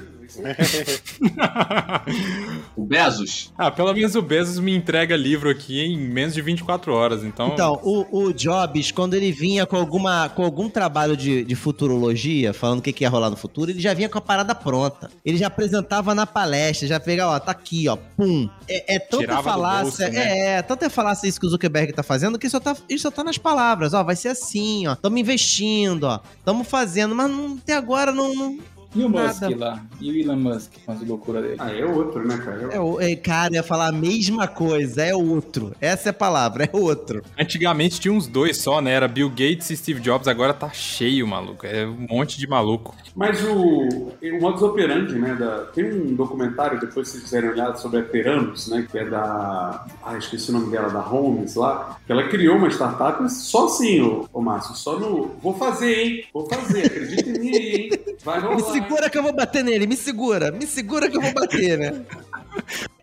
o Bezos? Ah, pelo menos o Bezos me entrega livro aqui em menos de 24 horas, então. Então, o, o Jobs, quando ele vinha com, alguma, com algum trabalho de, de futurologia, falando o que, que ia rolar no futuro, ele já vinha com a parada pronta. Ele já apresentava na palestra, já pegava, ó, tá aqui, ó, pum. É, é tanta Tirava do falácia. bolso, né? É, é, tanta falácia isso que o Zuckerberg tá fazendo que só tá, ele só tá nas palavras, ó, vai ser assim, ó, tamo investindo, ó, tamo fazendo, mas não, até agora não. não E o Musk nada. lá? E o Elon Musk com as loucuras dele? Ah, é outro, né, cara? É, o- é, cara, eu ia falar a mesma coisa, é outro. Essa é a palavra, é outro. Antigamente tinha uns dois só, né? Era Bill Gates e Steve Jobs, agora tá cheio, maluco. É um monte de maluco. Mas o, o modus operandi, né? da- tem um documentário, depois se vocês quiserem olhar, sobre a Teranos, né? Que é da. Ah, esqueci o nome dela, da Holmes lá. Que ela criou uma startup só assim, ô, ô Márcio. Só no. Vou fazer, hein? Vou fazer, acredita em mim aí, hein? Vai Me rolar. segura que eu vou bater nele, me segura, me segura que eu vou bater, né?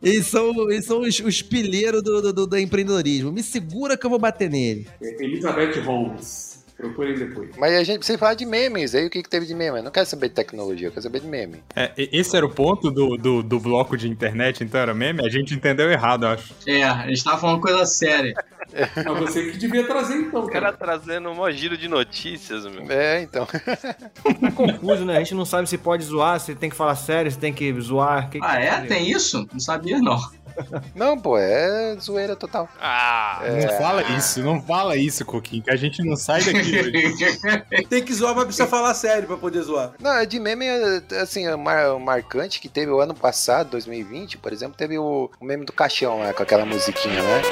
Eles são, eles são os, os pilheiros do, do, do- do empreendedorismo. Me segura que eu vou bater nele. É Elizabeth Holmes. Procurem depois. Mas a gente precisa falar de memes. Aí o que, que teve de meme? Eu não quero saber de tecnologia, eu quero saber de meme. É, e- esse era o ponto do, do, do bloco de internet, então era meme? A gente entendeu errado, eu acho. É, a gente tava falando coisa séria. É, Mas você que devia trazer então, O cara trazendo um maior giro de notícias, meu. [LAUGHS] É, então. Confuso, né? A gente não sabe se pode zoar, se tem que falar sério, se tem que zoar. que- Ah, é? Tem isso? Não sabia, não. Não, pô, é zoeira total. É, Ah, Não fala isso, não fala isso, Coquinho, que a gente não sai daqui [LAUGHS] hoje. Tem que zoar, mas precisa falar sério pra poder [LAUGHS] zoar. Não, é de meme, é, assim, é mar- marcante que teve o ano passado, 2020, por exemplo, teve o, o meme do caixão lá, com aquela musiquinha, né?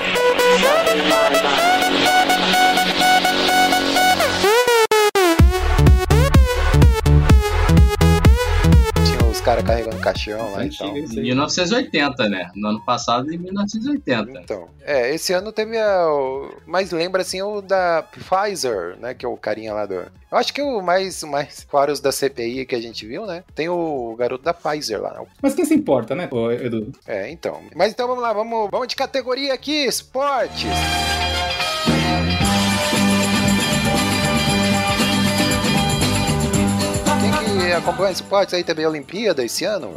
Tinha os caras carregando caixão lá então. e tal. 1980, né? No ano passado, em 1980. Então. É, esse ano teve a, o- Mas lembra assim o da Pfizer, né? Que é o carinha lá do. Eu acho que o mais, mais claros da CPI que a gente viu, né? Tem o garoto da Pfizer lá, né? Mas quem se importa, né, ô, Edu? É, então. Mas então vamos lá, vamos, vamos de categoria aqui, esportes. Quem que acompanha esportes aí também, Olimpíada esse [LAUGHS] ano?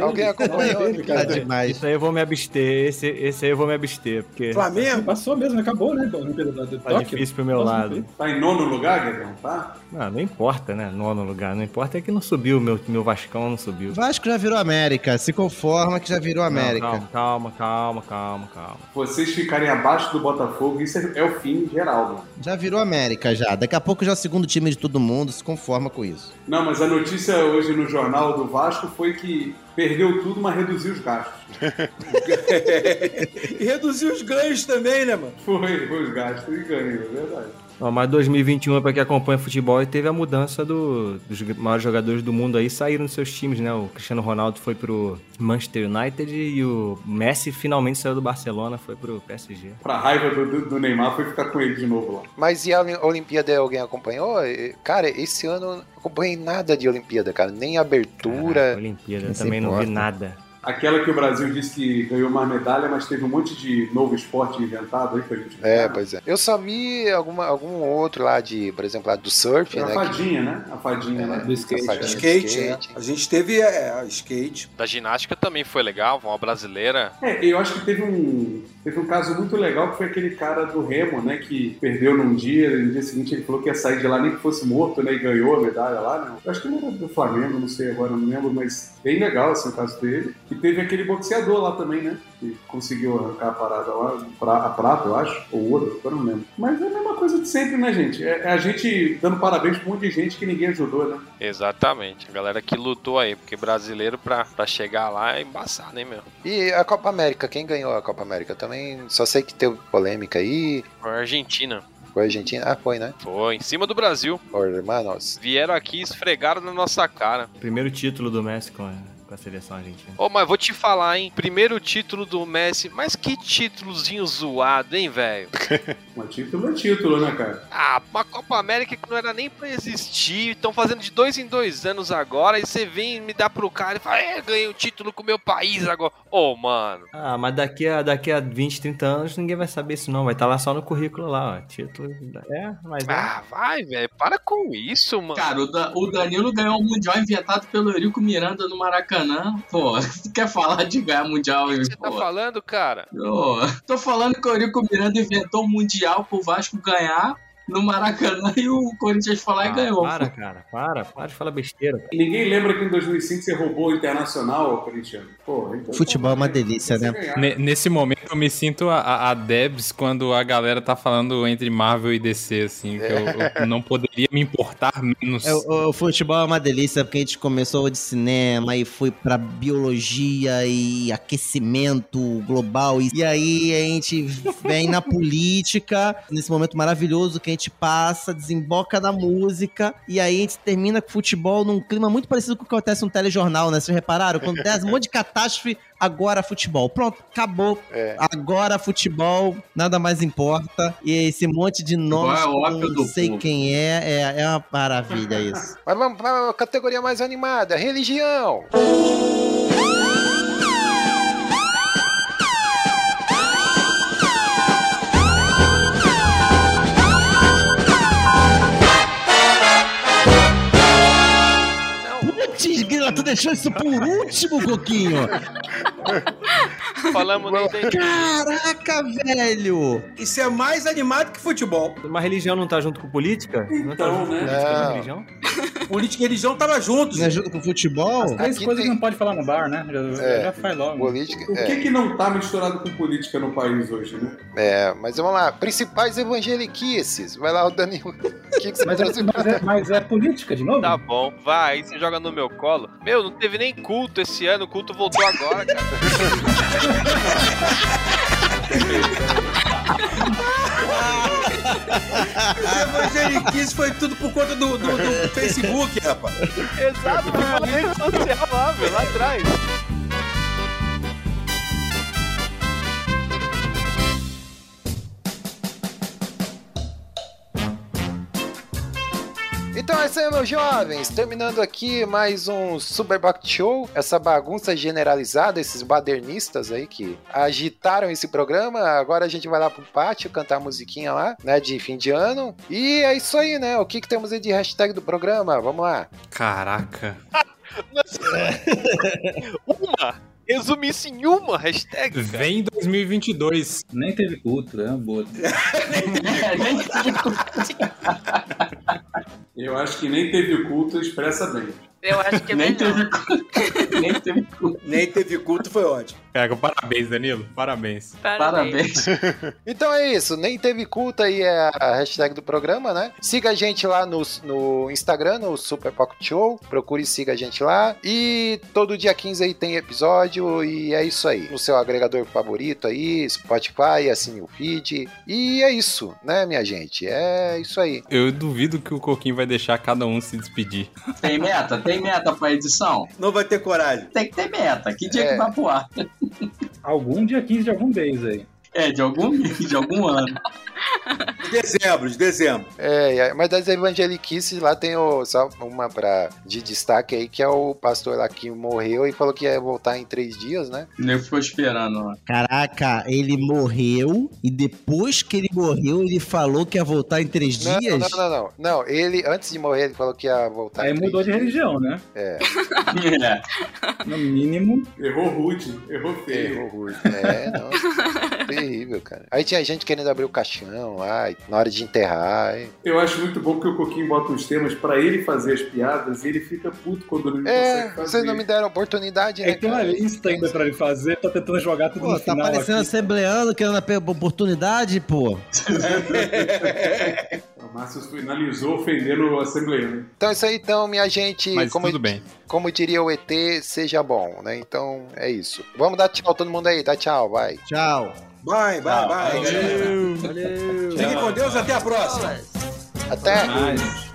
Alguém acompanhou? a Olimpíada? Isso aí eu vou me abster, esse, esse aí eu vou me abster, porque Passou mesmo, acabou, né? A Olimpíada da- de tá Tóquio. difícil pro meu Nossa, lado. Tá em nono lugar, Guedão, tá? Não, não importa, né? Nono lugar, não importa é que não subiu, meu, meu Vascão não subiu. Vasco já virou América, se conforma que já virou Não, América. calma, calma, calma, calma, calma. Vocês ficarem abaixo do Botafogo, isso é, é o fim geral, mano. Já virou América já. Daqui a pouco já é o segundo time de todo mundo, se conforma com isso. Não, mas a notícia hoje no jornal do Vasco foi que perdeu tudo, mas reduziu os gastos. E reduzir os ganhos também, né, mano? Foi, foi os gastos e ganhos, é verdade. Ó, mas 2021 é pra quem acompanha futebol e teve a mudança do- dos maiores jogadores do mundo aí saíram dos seus times, né? O Cristiano Ronaldo foi pro Manchester United e o Messi finalmente saiu do Barcelona, foi pro PSG. Pra raiva do, do- do Neymar, foi ficar com ele de novo lá. Mas e a Oli- Olimpíada alguém acompanhou? E, Cara, esse ano eu não acompanhei nada de Olimpíada, cara. Nem abertura. Olimpíada, Quem eu se também não vi importa? nada. Aquela que o Brasil disse que ganhou uma medalha, mas teve um monte de novo esporte inventado aí pra gente. É, pois é. Eu só vi alguma, algum outro lá de, por exemplo, lá do surf, Era né? a fadinha, né? A fadinha lá. Do skate. skate. Skate, né? A gente teve é, a skate. Da ginástica também foi legal, uma brasileira. É, eu acho que teve um, teve um caso muito legal que foi aquele cara do Remo, né? Que perdeu num dia, e no dia seguinte ele falou que ia sair de lá nem que fosse morto, né? E ganhou a medalha lá, né? Eu acho que ele era do Flamengo, não sei agora, não lembro, mas bem legal assim, o caso dele. E teve aquele boxeador lá também, né? Que conseguiu arrancar a parada lá, um pra- a prata, eu acho, ou ouro, agora eu não lembro. Mas é a mesma coisa de sempre, né, gente? É, é a gente dando parabéns pra um monte de gente que ninguém ajudou, né? Exatamente, a galera que lutou aí, porque brasileiro pra, pra chegar lá é embaçado, né, meu? E a Copa América, quem ganhou a Copa América? Eu também só sei que teve polêmica aí. Foi a Argentina. Foi a Argentina? Ah, foi, né? Foi, em cima do Brasil. Por, irmãos. Vieram aqui e esfregaram na nossa cara. Primeiro título do Messi com a, com a da seleção argentina. Ô, mas vou te falar, hein? Primeiro título do Messi, mas que títulozinho zoado, hein, velho? [LAUGHS] Mas título é título, né, cara? Ah, uma Copa América que não era nem pra existir. Estão fazendo de dois em dois anos agora. E você vem e me dá pro cara e fala: É, ganhei o título com o meu país agora. Ô, mano. Ah, mas daqui a, daqui a 20, 30 anos ninguém vai saber isso não. Vai estar lá só no currículo lá, ó. Título. da- É, mas. Ah, vai, velho. Para com isso, mano. Cara, o, Da- o Danilo ganhou o Mundial inventado pelo Eurico Miranda no Maracanã. Pô, [LAUGHS] tu quer falar de ganhar Mundial? e Tá falando, cara? Pô, tô falando que o Eurico Miranda inventou o Mundial pro Vasco ganhar no Maracanã e o Corinthians foi lá e Ah, ganhou. Para, cara, para, para de falar besteira. E Ninguém lembra que em 2005 você roubou o Internacional, ô, Corinthians? Pô, então... Futebol é uma delícia, né? Ne- Nesse momento eu me sinto a- a, a Debs quando a galera tá falando entre Marvel e DC, assim. que eu, eu não poderia me importar menos. É, o, o futebol é uma delícia, porque a gente começou de cinema e foi pra biologia e aquecimento global. E, e aí a gente vem na política, nesse momento maravilhoso que a gente passa, desemboca na música. E aí a gente termina com o futebol num clima muito parecido com o que acontece no telejornal, né? Vocês repararam? Acontece um monte de catástrofe, agora futebol. Pronto, acabou. Agora futebol, nada mais importa. E esse monte de nomes, Igual é o que ópio eu não do sei povo. quem é, é, é uma maravilha isso. Mas vamos pra categoria mais animada, religião. Putz, grila, tu deixou isso por último, Coquinho! Falamos nem Caraca, velho! Isso é mais animado que futebol. Mas religião não tá junto com política? não tá Então, junto com né? política, não é Não. religião? Política e religião tava juntos. Não é junto com futebol? Três coisas que não pode falar no bar, né? Já, já faz logo. Política, O que que não tá misturado com política no país hoje, né? É, mas vamos lá. Principais evangeliquices. Vai lá, o Danilo. [LAUGHS] O que, que você Mas trouxe é, mas, é, mas é política de novo? Tá bom, vai, aí você joga no meu colo. Meu, não teve nem culto esse ano, o culto voltou agora, cara. Ah, tá. Os evangeliquis foi tudo por conta do, [LAUGHS] do- do Facebook, rapaz. Exato, tem uma rede social lá, velho, lá atrás. Então é isso aí, meus jovens. Terminando aqui mais um Super Bucket Show. Essa bagunça generalizada, esses badernistas aí que agitaram esse programa. Agora a gente vai lá pro pátio cantar a musiquinha lá, né, de fim de ano. E é isso aí, né? O que, que temos aí de hashtag do programa? Vamos lá. Caraca. [LAUGHS] uma! Resumir isso em [LAUGHS] uma hashtag. cara. Vem 2022. Nem teve culto, é uma boa. Eu acho que nem teve culto expressa bem. Eu acho que é Nem melhor. Nem teve culto. Nem teve culto, foi ótimo. Caraca, parabéns, Danilo. Parabéns. [LAUGHS] Então é isso, nem teve culto aí é a hashtag do programa, né? Siga a gente lá no, no Instagram, no Super Pocket Show. Procure e siga a gente lá. E todo dia 15 aí tem episódio e é isso aí. No seu agregador favorito aí, Spotify, assine o feed. E é isso, né, minha gente? É isso aí. Eu duvido que o Coquinho vai deixar cada um se despedir. Tem meta? Tem meta pra edição? Não vai ter coragem. Tem que ter meta. Que É. dia que vai pro ar? [LAUGHS] Algum dia 15 de algum mês aí. É, de algum mês, de algum ano. Dezembro, de dezembro. É, é, mas das evangeliquices lá tem o- só uma pra, de destaque aí, que é o pastor lá que morreu e falou que ia voltar em três dias, né? O nego ficou esperando, ó. Caraca, ele morreu e depois que ele morreu, ele falou que ia voltar em três Não, dias? Não, não, não, não. Ele, antes de morrer, ele falou que ia voltar. Aí em mudou de três dias. religião, né? É. [LAUGHS] No mínimo. Errou rude, errou feio. Errou rude. É, não. [LAUGHS] Terrível, cara. Aí tinha gente querendo abrir o caixão lá, e- na hora de enterrar. e- Eu acho muito bom que o Coquinho bota os temas pra ele fazer as piadas e ele fica puto quando ele não É, consegue fazer. vocês não me deram oportunidade, né? É que tem uma lista ainda pra ele fazer, tá tentando jogar tudo Pô, no tá final parecendo aqui. assembleano querendo a pe- oportunidade, pô. O Márcio finalizou ofendendo o assembleano. Então é isso aí, então, minha gente. Mas como, tudo bem. Como diria o ET, seja bom, né? Então é isso. Vamos dar tchau, todo mundo aí. Dá tchau, vai. Tchau. Vai, vai, vai. Valeu. galera. Fiquem com Deus, até a próxima. Até. Até mais.